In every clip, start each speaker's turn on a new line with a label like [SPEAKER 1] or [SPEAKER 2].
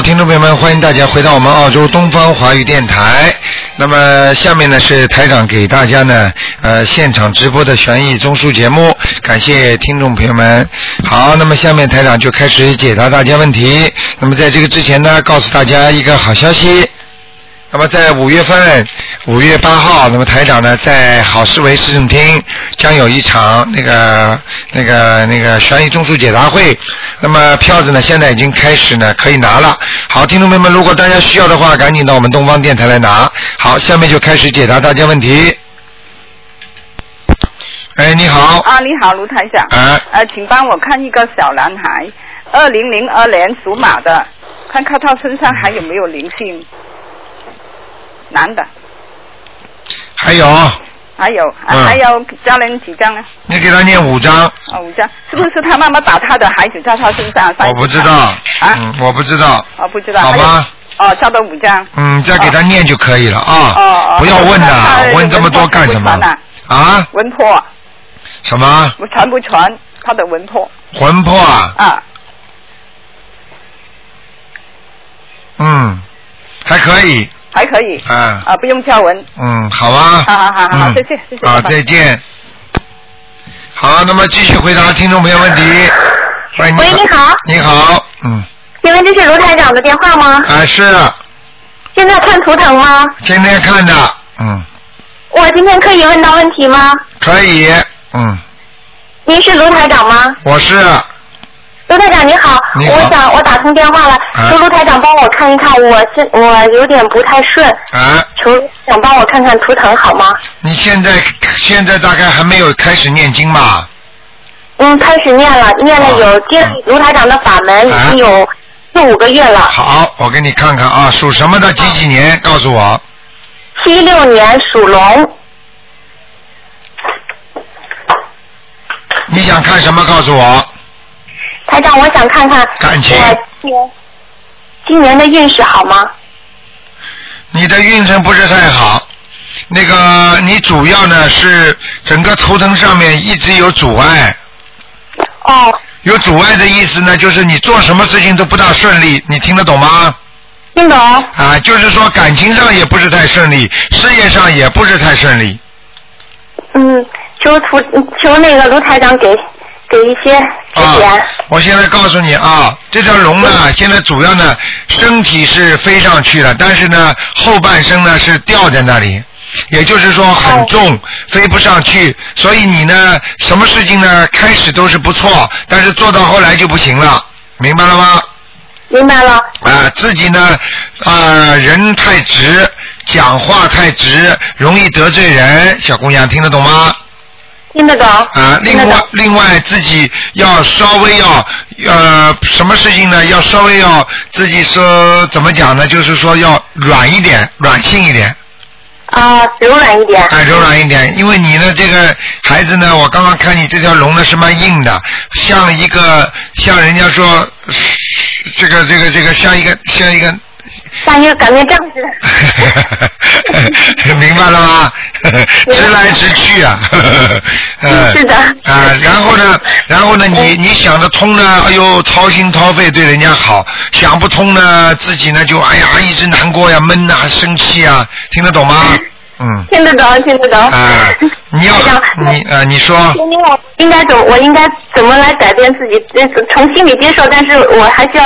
[SPEAKER 1] 欢迎大家回到我们澳洲东方华语电台。那么下面呢是台长给大家呢呃现场直播的悬疑综述节目，感谢听众朋友们。好，那么下面台长就开始解答大家问题。那么在这个之前呢，告诉大家一个好消息。那么在五月份，五月八号，那么台长呢在好市委市政厅将有一场那个那个那个悬疑综述解答会。那么票子呢现在已经开始呢可以拿了。好，听众朋友们，如果大家需要的话，赶紧到我们东方电台来拿。好，下面就开始解答大家问题。哎，你好，
[SPEAKER 2] 啊，你好，卢台长。
[SPEAKER 1] 啊
[SPEAKER 2] 呃，请帮我看一个小男孩，二零零二年属马的，看看他身上还有没有灵性。男的，
[SPEAKER 1] 还有
[SPEAKER 2] 还有、啊
[SPEAKER 1] 嗯
[SPEAKER 2] 还有家人几张啊？
[SPEAKER 1] 你给他念五章，
[SPEAKER 2] 哦，五张，是不是他妈妈打他的孩子在他身上？
[SPEAKER 1] 我不知道，嗯，我不知道，
[SPEAKER 2] 哦，啊不知道。
[SPEAKER 1] 好吧
[SPEAKER 2] 还有？哦，差不多五张。
[SPEAKER 1] 嗯，再给他念就可以了啊，
[SPEAKER 2] 哦哦
[SPEAKER 1] 不要问
[SPEAKER 2] 那
[SPEAKER 1] 了，
[SPEAKER 2] 他
[SPEAKER 1] 问这么多干什么
[SPEAKER 2] 文波传不传啊？
[SPEAKER 1] 啊？
[SPEAKER 2] 魂魄
[SPEAKER 1] 什么
[SPEAKER 2] 传不传？他的魂魄
[SPEAKER 1] 魂魄啊？
[SPEAKER 2] 啊，
[SPEAKER 1] 嗯，还可以，
[SPEAKER 2] 还可以
[SPEAKER 1] 啊，
[SPEAKER 2] 啊，不用叫文。
[SPEAKER 1] 嗯，好啊。
[SPEAKER 2] 好好好好好
[SPEAKER 1] 嗯
[SPEAKER 2] 谢谢谢谢
[SPEAKER 1] 啊，
[SPEAKER 2] 拜拜
[SPEAKER 1] 再见。好，那么继续回答听众朋友问题。喂，你
[SPEAKER 3] 喂你好
[SPEAKER 1] 你好，嗯，
[SPEAKER 3] 请问这是卢台长的电话吗？
[SPEAKER 1] 啊是，
[SPEAKER 3] 现在看图腾吗？
[SPEAKER 1] 今天看的，嗯，
[SPEAKER 3] 我今天可以问到问题吗？
[SPEAKER 1] 可以，嗯，
[SPEAKER 3] 您是卢台长吗？
[SPEAKER 1] 我是，啊
[SPEAKER 3] 卢台长你好，
[SPEAKER 1] 你好
[SPEAKER 3] 我想我打通电话了，
[SPEAKER 1] 啊
[SPEAKER 3] 求卢台长帮我看一看，我是我有点不太顺，
[SPEAKER 1] 啊，
[SPEAKER 3] 求想帮我看看图腾好吗？
[SPEAKER 1] 你现在现在大概还没有开始念经吧？
[SPEAKER 3] 嗯，开始念了，念了有接
[SPEAKER 1] 嗯
[SPEAKER 3] 卢台长的法门已
[SPEAKER 1] 啊
[SPEAKER 3] 经有四五个月了，
[SPEAKER 1] 好，我给你看看啊，属什么的，几几年？告诉我，
[SPEAKER 3] 七六年属龙，
[SPEAKER 1] 你想看什么？告诉我，
[SPEAKER 3] 台长我想看看
[SPEAKER 1] 感情。
[SPEAKER 3] 我今年今年的运势好吗？
[SPEAKER 1] 你的运程不是太好，那个你主要呢是整个图腾上面一直有阻碍，
[SPEAKER 3] 哦，
[SPEAKER 1] 有阻碍的意思呢，就是你做什么事情都不大顺利，你听得懂吗？
[SPEAKER 3] 听懂？
[SPEAKER 1] 啊，就是说感情上也不是太顺利，事业上也不是太顺利。
[SPEAKER 3] 嗯，求图求那个卢台长给给一些指
[SPEAKER 1] 啊
[SPEAKER 3] 点。，
[SPEAKER 1] 我现在告诉你啊，这条龙呢，现在主要呢，身体是飞上去了，但是呢，后半生呢是吊在那里，也就是说很重，飞不上去。所以你呢，什么事情呢，开始都是不错，但是做到后来就不行了，明白了吗？
[SPEAKER 3] 明白了，
[SPEAKER 1] 啊，自己呢，啊、人太直，讲话太直，容易得罪人。小姑娘听得懂吗？
[SPEAKER 3] 听得懂。
[SPEAKER 1] 啊，另
[SPEAKER 3] 听得
[SPEAKER 1] 外
[SPEAKER 3] 懂。
[SPEAKER 1] 另外自己要稍微要呃什么事情呢？要稍微要自己说怎么讲呢？就是说要软一点，软性一点，
[SPEAKER 3] 啊，柔软一点。
[SPEAKER 1] 哎，柔软一点。因为你呢这个孩子呢，我刚刚看你这条龙呢是蛮硬的，像一个像人家说这个这个这个像一个像一个，
[SPEAKER 3] 感觉感觉这样子。
[SPEAKER 1] 明白了吗？直来直去 啊。 嗯
[SPEAKER 3] 嗯是的嗯
[SPEAKER 1] 啊，然后呢，然后呢，你你想得通呢，哎呦，掏心掏肺对人家好；想不通呢，自己呢就哎呀，一直难过呀、闷呐、生气啊，听得懂 吗？嗯，
[SPEAKER 3] 听得懂，听得懂。
[SPEAKER 1] 啊，你要
[SPEAKER 3] 台长，
[SPEAKER 1] 你啊，你说，
[SPEAKER 3] 今天我应该怎么我应该怎么来改变自己？这从心里接受，但是我还需要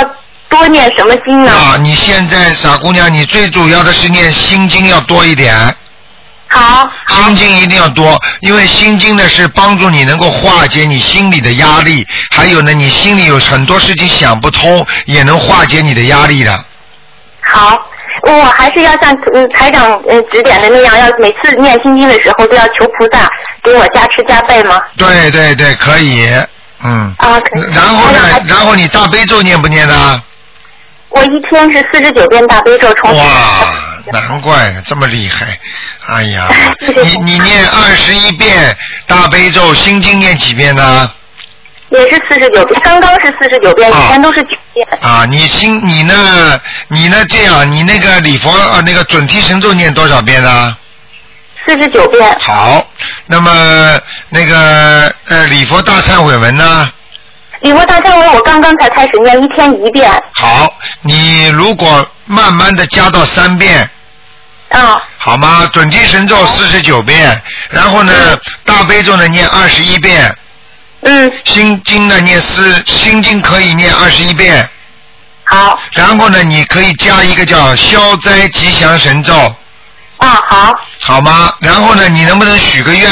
[SPEAKER 3] 多念什么经呢？
[SPEAKER 1] 啊，你现在傻姑娘，你最主要的是念心经要多一点。
[SPEAKER 3] 好，好，
[SPEAKER 1] 心经一定要多，因为心经呢是帮助你能够化解你心里的压力，还有呢，你心里有很多事情想不通，也能化解你的压力的。
[SPEAKER 3] 好。我还是要像嗯台长嗯指点的那样，要每次念心经的时候都要求菩萨给我加持加倍吗？
[SPEAKER 1] 对对对，可以，嗯。
[SPEAKER 3] 啊，可以。
[SPEAKER 1] 然后
[SPEAKER 3] 台长还
[SPEAKER 1] 呢？然后你大悲咒念不念啊呢？
[SPEAKER 3] 我一天是四十九遍大悲咒重复。，
[SPEAKER 1] 哇，难怪这么厉害！哎呀 你你念二十一遍大悲咒，心经念几遍呢？
[SPEAKER 3] 也是四十九遍，刚刚是四十九遍，
[SPEAKER 1] 啊
[SPEAKER 3] 以前都是九遍。
[SPEAKER 1] 啊，你心你呢？你呢？这样，你那个礼佛呃那个准提神咒念多少遍呢、
[SPEAKER 3] 四十九遍，
[SPEAKER 1] 好，那么那个呃礼佛大忏悔文呢？
[SPEAKER 3] 礼佛大忏悔我刚刚才开始念，一天一遍。
[SPEAKER 1] 好，你如果慢慢的加到三遍，
[SPEAKER 3] 啊
[SPEAKER 1] 好吗？准提神咒四十九遍，然后呢，大悲咒呢念二十一遍，
[SPEAKER 3] 嗯，
[SPEAKER 1] 心经呢念四，心经可以念二十一遍，
[SPEAKER 3] 好，
[SPEAKER 1] 然后呢，你可以加一个叫消灾吉祥神咒，
[SPEAKER 3] 啊好，
[SPEAKER 1] 好吗？然后呢，你能不能许个愿？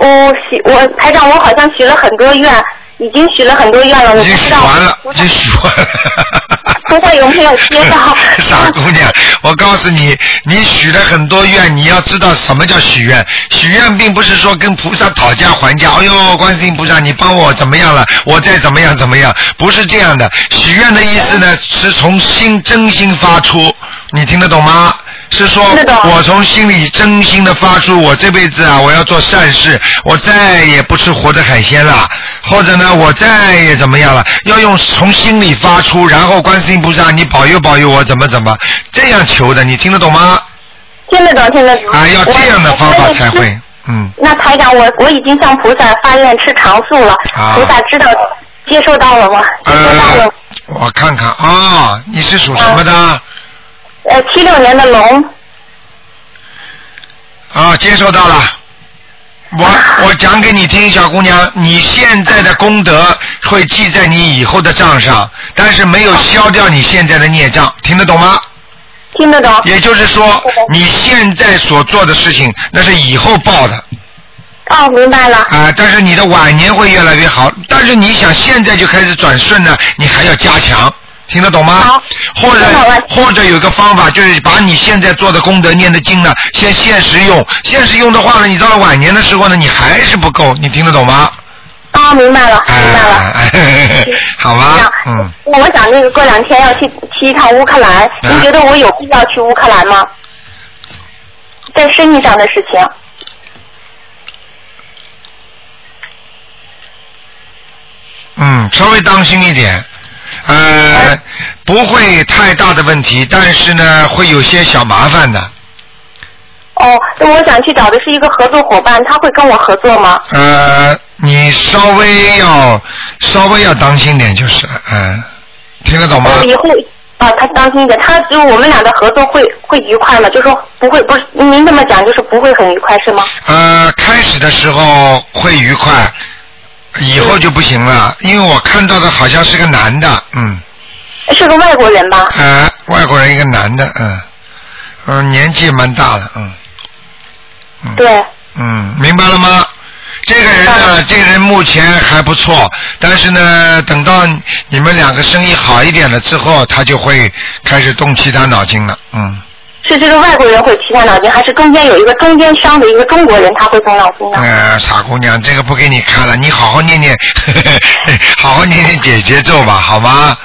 [SPEAKER 3] 我许我台长，我好像许了很多愿，已经许了很多愿了，我不
[SPEAKER 1] 已经
[SPEAKER 3] 知
[SPEAKER 1] 许
[SPEAKER 3] 道
[SPEAKER 1] 完了，
[SPEAKER 3] 我
[SPEAKER 1] 已经许完了。
[SPEAKER 3] 不知道有没有接到
[SPEAKER 1] 傻姑娘，我告诉你，你许了很多愿，你要知道什么叫许愿。许愿并不是说跟菩萨讨价还价，哎呦，观世音菩萨，你帮我怎么样了，我再怎么样怎么样，不是这样的。许愿的意思呢，是从心真心发出，你听得懂吗？是说
[SPEAKER 3] 听得懂
[SPEAKER 1] 我从心里真心的发出，我这辈子啊，我要做善事，我再也不吃活的海鲜了，或者呢，我再也怎么样了，要用从心里发出，然后观世音菩萨，你保佑保佑我怎么怎么，这样求的，你听得懂吗？
[SPEAKER 3] 听得懂，听得懂。
[SPEAKER 1] 啊，要这样的方法才
[SPEAKER 3] 我
[SPEAKER 1] 会，嗯，
[SPEAKER 3] 那台长，我我已经向菩萨发愿吃长素了，
[SPEAKER 1] 啊
[SPEAKER 3] 菩萨知道接受到了吗？接受到了
[SPEAKER 1] 呃。，我看看啊、你是属什么的？
[SPEAKER 3] 呃，七六年的龙，
[SPEAKER 1] 啊，接收到了。我我讲给你听，小姑娘，你现在的功德会记在你以后的账上，但是没有消掉你现在的孽障，听得懂吗？
[SPEAKER 3] 听得懂
[SPEAKER 1] 也就是说，你现在所做的事情，那是以后报的
[SPEAKER 3] 哦，明白了。
[SPEAKER 1] 啊、但是你的晚年会越来越好。但是你想现在就开始转顺呢，你还要加强，听得懂吗
[SPEAKER 3] 好？
[SPEAKER 1] 或者
[SPEAKER 3] 听懂了
[SPEAKER 1] 或者有个方法，就是把你现在做的功德念的经呢，先现实用。现实用的话呢，你到了晚年的时候呢，你还是不够，你听得懂吗？
[SPEAKER 3] 哦，明白了，
[SPEAKER 1] 哎
[SPEAKER 3] 明白了。
[SPEAKER 1] 哎哎 哎好吧
[SPEAKER 3] 台长，
[SPEAKER 1] 嗯。啊
[SPEAKER 3] 那我想那个过两天要去去一趟乌克兰，您觉得我有必要去乌克兰吗？在生意上的事情。
[SPEAKER 1] 嗯，稍微当心一点。呃
[SPEAKER 3] 哎，
[SPEAKER 1] 不会太大的问题，但是呢，会有些小麻烦的。
[SPEAKER 3] 哦，那我想去找的是一个合作伙伴，他会跟我合作吗？
[SPEAKER 1] 呃，你稍微要稍微要当心点就是了，嗯、听得懂吗？
[SPEAKER 3] 我以后啊，他当心一点，他就我们俩的合作会会愉快吗？就说不会，不是您这么讲，就是不会很愉快是吗？
[SPEAKER 1] 呃，开始的时候会愉快，以后就不行了，因为我看到的好像是个男的，嗯，
[SPEAKER 3] 是个外国人吧？
[SPEAKER 1] 呃，外国人一个男的，嗯，嗯、年纪也蛮大了，嗯，嗯，
[SPEAKER 3] 对，
[SPEAKER 1] 嗯，明白了吗？这个人
[SPEAKER 3] 明白
[SPEAKER 1] 呢，这个人目前还不错，但是呢，等到你们两个生意好一点了之后，他就会开始动其他脑筋了，嗯。
[SPEAKER 3] 是这个外国人会骑下脑筋，还是中间有一个中间商的一个中国人他会动脑筋呢？
[SPEAKER 1] 呃，傻姑娘，这个不给你看了，你好好念 念，好好念念姐姐咒吧，好吗？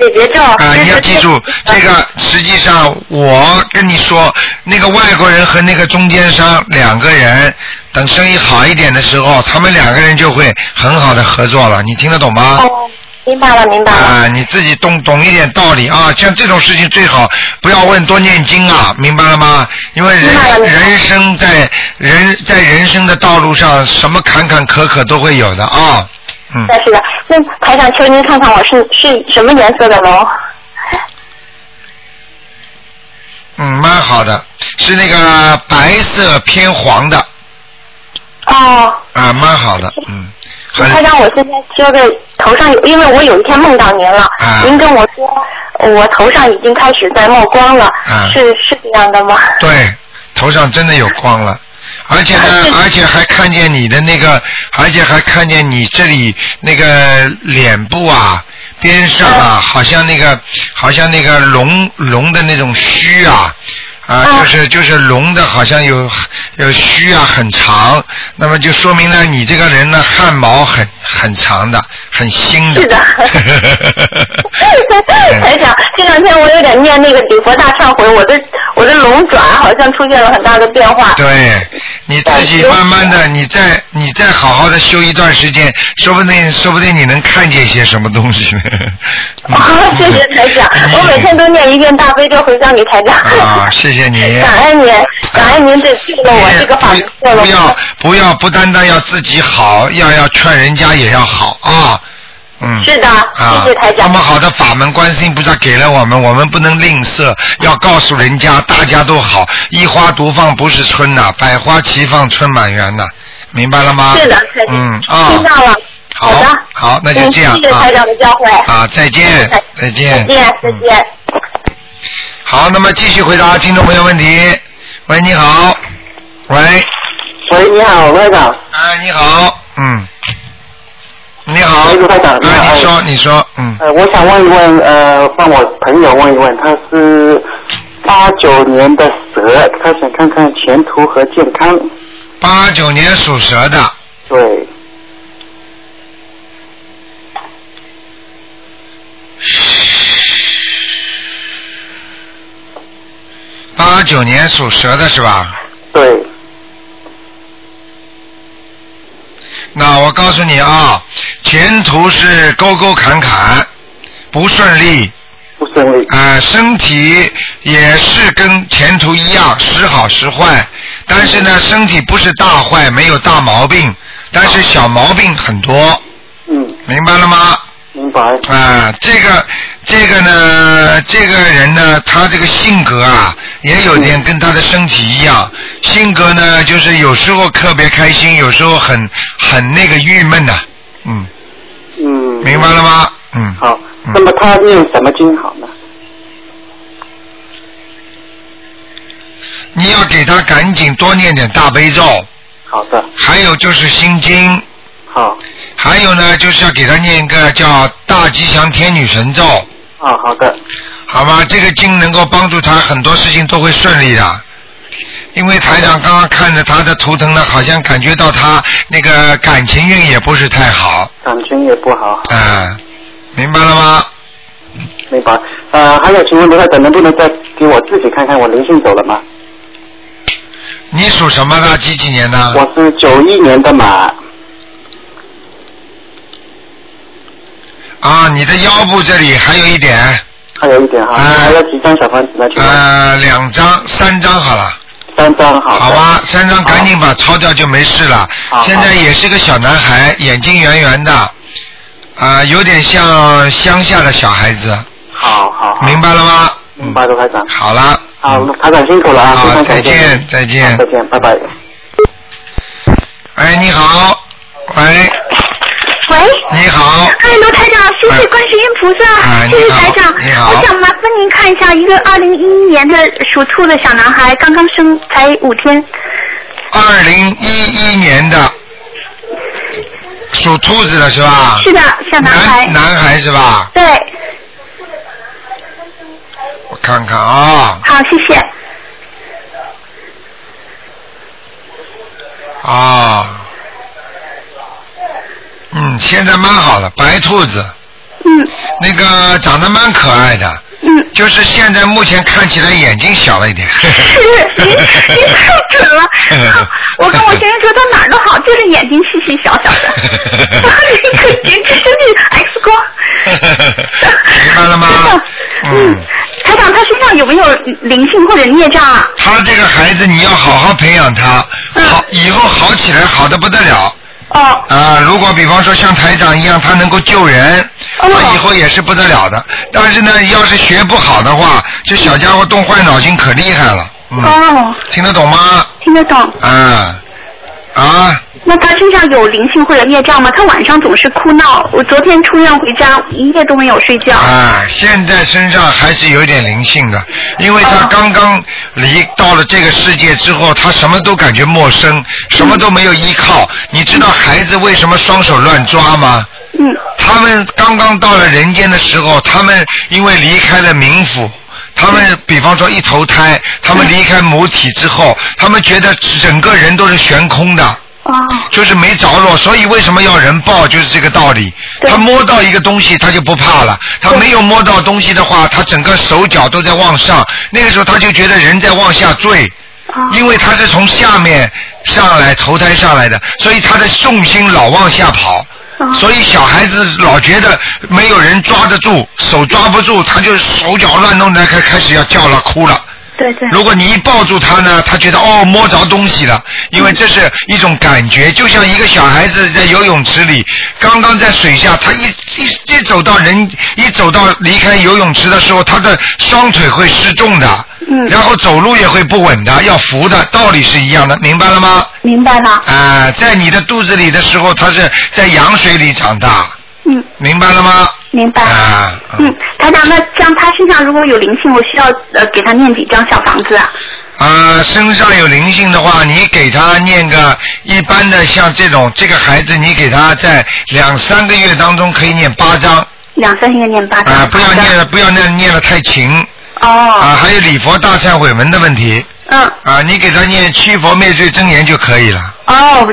[SPEAKER 3] 解决这
[SPEAKER 1] 啊、
[SPEAKER 3] 这
[SPEAKER 1] 你要记住，这个实际上我跟你说，那个外国人和那个中间商两个人，等生意好一点的时候，他们两个人就会很好的合作了，你听得懂吗？
[SPEAKER 3] 哦，明白了，明白了。
[SPEAKER 1] 啊，你自己懂懂一点道理啊！像这种事情最好不要问，多念经啊，明白了吗？因为人
[SPEAKER 3] 明白了明白
[SPEAKER 1] 人生在人在人生的道路上，什么坎坎坷坷都会有的啊。嗯，
[SPEAKER 3] 但是的，那台长，求您看看我是是什么颜色的龙？
[SPEAKER 1] 嗯，蛮好的，是那个白色偏黄的
[SPEAKER 3] 哦，
[SPEAKER 1] 啊，蛮好的，嗯，很
[SPEAKER 3] 台长，我现在修的头上有，因为我有一天梦到您了，
[SPEAKER 1] 啊
[SPEAKER 3] 您跟我说呃我头上已经开始在冒光了，
[SPEAKER 1] 啊
[SPEAKER 3] 是是这样的吗？
[SPEAKER 1] 对，头上真的有光了。而 且呢，而且还看见你的那个，而且还看见你这里那个脸部啊，边上
[SPEAKER 3] 哦
[SPEAKER 1] 啊，好像那个，好像那个龙龙的那种须啊，啊，
[SPEAKER 3] 嗯
[SPEAKER 1] 就是就是龙的，好像有有须啊，很长。那么就说明呢，你这个人呢，汗毛很很长的，很新的。
[SPEAKER 3] 是的
[SPEAKER 1] 嗯
[SPEAKER 3] 台长，这两天我有点念那个礼佛大忏悔，我的我的龙爪好像出现了很大的变 化。
[SPEAKER 1] 对，你自己慢慢的，你再你再好好的修一段时间，说不定说不定你能看见些什么东 西呢。
[SPEAKER 3] 哦，谢谢台长，
[SPEAKER 1] 嗯
[SPEAKER 3] 我每天都念一遍大悲咒回向给台长。
[SPEAKER 1] 啊，谢谢你。
[SPEAKER 3] 感恩您，感恩您这救了我这个法门，救了
[SPEAKER 1] 不要
[SPEAKER 3] 我。
[SPEAKER 1] 不要不单单要自己好，要要劝人家也要好啊。嗯。
[SPEAKER 4] 是的，
[SPEAKER 1] 啊，
[SPEAKER 4] 谢谢台
[SPEAKER 1] 那
[SPEAKER 4] 长
[SPEAKER 1] 么。好的法门，观世音菩萨给了我们，我们不能吝啬，要告诉人家大家都好，一花独放不是春呐、百花齐放春满园呐、明白了吗？
[SPEAKER 4] 是的，台长。
[SPEAKER 1] 嗯啊、
[SPEAKER 4] 听到了。
[SPEAKER 1] 好
[SPEAKER 4] 的。
[SPEAKER 1] 好那就这样
[SPEAKER 4] 嗯谢谢
[SPEAKER 1] 啊
[SPEAKER 4] 台长的教诲。
[SPEAKER 1] 啊，再见，再见，
[SPEAKER 4] 嗯再见，再
[SPEAKER 1] 嗯
[SPEAKER 4] 见。
[SPEAKER 1] 好，那么继续回答听众朋友问题。喂，你好。喂，
[SPEAKER 5] 喂，你好，台长。
[SPEAKER 1] 哎，你好，嗯，你好，
[SPEAKER 5] 喂卢台长你好
[SPEAKER 1] 哎，你说，你说，嗯，
[SPEAKER 5] 呃，我想问一问，呃，帮我朋友问一问，他是八九年的蛇，他想看看前途和健康。
[SPEAKER 1] 八九年属蛇的，
[SPEAKER 5] 对，
[SPEAKER 1] 八九年属蛇的是吧？
[SPEAKER 5] 对，
[SPEAKER 1] 那我告诉你啊，前途是沟沟坎坎，不顺利，
[SPEAKER 5] 不顺利。
[SPEAKER 1] 呃，身体也是跟前途一样，时好时坏。但是呢，身体不是大坏，没有大毛病，但是小毛病很多，
[SPEAKER 5] 嗯，
[SPEAKER 1] 明白了吗？
[SPEAKER 5] 明白。
[SPEAKER 1] 啊、这个这个呢，这个人呢，他这个性格啊，也有点跟他的身体一样。性格呢，就是有时候特别开心，有时候很很那个郁闷的、嗯，
[SPEAKER 5] 嗯，
[SPEAKER 1] 明白了吗？嗯，
[SPEAKER 5] 好
[SPEAKER 1] 嗯，
[SPEAKER 5] 那么他念什么经好呢？
[SPEAKER 1] 你要给他赶紧多念点大悲咒。
[SPEAKER 5] 好的，啊
[SPEAKER 1] 还有就是心经，
[SPEAKER 5] 好，
[SPEAKER 1] 还有呢就是要给他念一个叫大吉祥天女神咒，
[SPEAKER 5] 啊，好的，
[SPEAKER 1] 好吗？这个经能够帮助他很多事情都会顺利的。因为台长刚刚看着他的图腾呢，好像感觉到他那个感情运也不是太好，
[SPEAKER 5] 感情也不好，
[SPEAKER 1] 嗯、明白了吗？
[SPEAKER 5] 明白。呃，还有，请问卢台长能不能再给我自己看看我灵性走了吗？
[SPEAKER 1] 你属什么的？几几年的？
[SPEAKER 5] 我是九一年的马，
[SPEAKER 1] 啊，你的腰部这里还有一点，
[SPEAKER 5] 还有一点哈，
[SPEAKER 1] 哎
[SPEAKER 5] 还有几张小房子呢？请问
[SPEAKER 1] 呃，两张、三张好了。
[SPEAKER 5] 三张好的。
[SPEAKER 1] 好啊吧，三张赶紧把抄掉就没事了
[SPEAKER 5] 好。
[SPEAKER 1] 现在也是个小男孩，眼睛圆圆的，啊、有点像乡下的小孩子，
[SPEAKER 5] 好好好，
[SPEAKER 1] 明白了吗？
[SPEAKER 5] 明白，
[SPEAKER 1] 嗯
[SPEAKER 5] 卢台长。
[SPEAKER 1] 好了。
[SPEAKER 5] 好
[SPEAKER 1] 嗯，
[SPEAKER 5] 台长辛苦了啊，非
[SPEAKER 1] 好，
[SPEAKER 5] 常
[SPEAKER 1] 再
[SPEAKER 5] 感谢
[SPEAKER 1] 见，再
[SPEAKER 5] 您，好再
[SPEAKER 1] 见。
[SPEAKER 5] 见，拜拜。
[SPEAKER 1] 哎，你好，喂，
[SPEAKER 6] 喂，
[SPEAKER 1] 你好，
[SPEAKER 6] 哎，卢台长，谢谢观世音菩
[SPEAKER 1] 哎
[SPEAKER 6] 萨，谢谢台长，
[SPEAKER 1] 你好你好
[SPEAKER 6] 我想麻烦您看一下一个二零一一年的属兔的小男孩，刚刚生才五天，
[SPEAKER 1] 二零一一年的，属兔子的是吧？
[SPEAKER 6] 是的，小男孩
[SPEAKER 1] 男，男孩是吧？
[SPEAKER 6] 对，
[SPEAKER 1] 我看看啊
[SPEAKER 6] 好，谢谢，
[SPEAKER 1] 啊，嗯，现在蛮好的，白兔子。
[SPEAKER 6] 嗯
[SPEAKER 1] 那个长得蛮可爱的，
[SPEAKER 6] 嗯，
[SPEAKER 1] 就是现在目前看起来眼睛小了一点。
[SPEAKER 6] 是您您太准 了，好，我跟我先生说他哪儿都好，就是眼睛细细小 小的， 您可简直真哎是 X 光。
[SPEAKER 1] 明白了吗
[SPEAKER 6] 真的嗯
[SPEAKER 1] 嗯，
[SPEAKER 6] 台长，他身上有没有灵性或者孽障啊？
[SPEAKER 1] 他这个孩子你要好好培养他，
[SPEAKER 6] 嗯
[SPEAKER 1] 好以后好起来好的不得了
[SPEAKER 6] 哦，
[SPEAKER 1] 啊、如果比方说像台长一样，他能够救人，啊
[SPEAKER 6] 哦
[SPEAKER 1] 那以后也是不得了的。但是呢，要是学不好的话，这小家伙动坏脑筋可厉害了。嗯，
[SPEAKER 6] 哦，
[SPEAKER 1] 听得懂吗？
[SPEAKER 6] 听得懂。
[SPEAKER 1] 啊啊，
[SPEAKER 6] 那他身上有灵性或者业障吗？他晚上总是哭闹，我昨天出院回家一夜都没有睡觉。
[SPEAKER 1] 啊，现在身上还是有点灵性的，因为他
[SPEAKER 6] 哦
[SPEAKER 1] 刚刚离到了这个世界之后，他什么都感觉陌生，什么都没有依靠。你知道孩子为什么双手乱抓吗？
[SPEAKER 6] 嗯，
[SPEAKER 1] 他们刚刚到了人间的时候，他们因为离开了冥府。他们比方说一投胎，他们离开母体之后，他们觉得整个人都是悬空的，
[SPEAKER 6] 哦，
[SPEAKER 1] 就是没着落，所以为什么要人抱，就是这个道理。
[SPEAKER 6] 对
[SPEAKER 1] 他摸到一个东西，他就不怕了；他没有摸到东西的话，他整个手脚都在往上，那个时候他就觉得人在往下坠，
[SPEAKER 6] 哦
[SPEAKER 1] 因为他是从下面上来投胎上来的，所以他的重心老往下跑。
[SPEAKER 6] 哦
[SPEAKER 1] 所以小孩子老觉得没有人抓得住，手抓不住，他就手脚乱弄的，开开始要叫了哭了。
[SPEAKER 6] 对对。
[SPEAKER 1] 如果你一抱住他呢，他觉得哦摸着东西了，
[SPEAKER 6] 嗯
[SPEAKER 1] 因为这是一种感觉，就像一个小孩子在游泳池里，刚刚在水下，他一一一走到人一走到离开游泳池的时候，他的双腿会失重的，
[SPEAKER 6] 嗯
[SPEAKER 1] 然后走路也会不稳的，要扶的，道理是一样的，明白了吗？
[SPEAKER 6] 明白了。
[SPEAKER 1] 啊、在你的肚子里的时候，他是在羊水里长大，
[SPEAKER 6] 嗯，
[SPEAKER 1] 明白了吗？
[SPEAKER 6] 明白。
[SPEAKER 1] 啊，
[SPEAKER 6] 嗯，台长，那像他身上如果有灵性，我需要呃给他念几张小房子啊？
[SPEAKER 1] 啊，身上有灵性的话，你给他念个一般的，像这种这个孩子，你给他在两三个月当中可以念八章
[SPEAKER 6] 两三个月念八张。
[SPEAKER 1] 啊，不要
[SPEAKER 6] 好的
[SPEAKER 1] 念了，不要念念了太勤啊，
[SPEAKER 6] 哦。
[SPEAKER 1] 还有礼佛大忏悔文的问题
[SPEAKER 6] 嗯。
[SPEAKER 1] 啊，你给他念七佛灭罪真言就可以了。
[SPEAKER 6] 哦，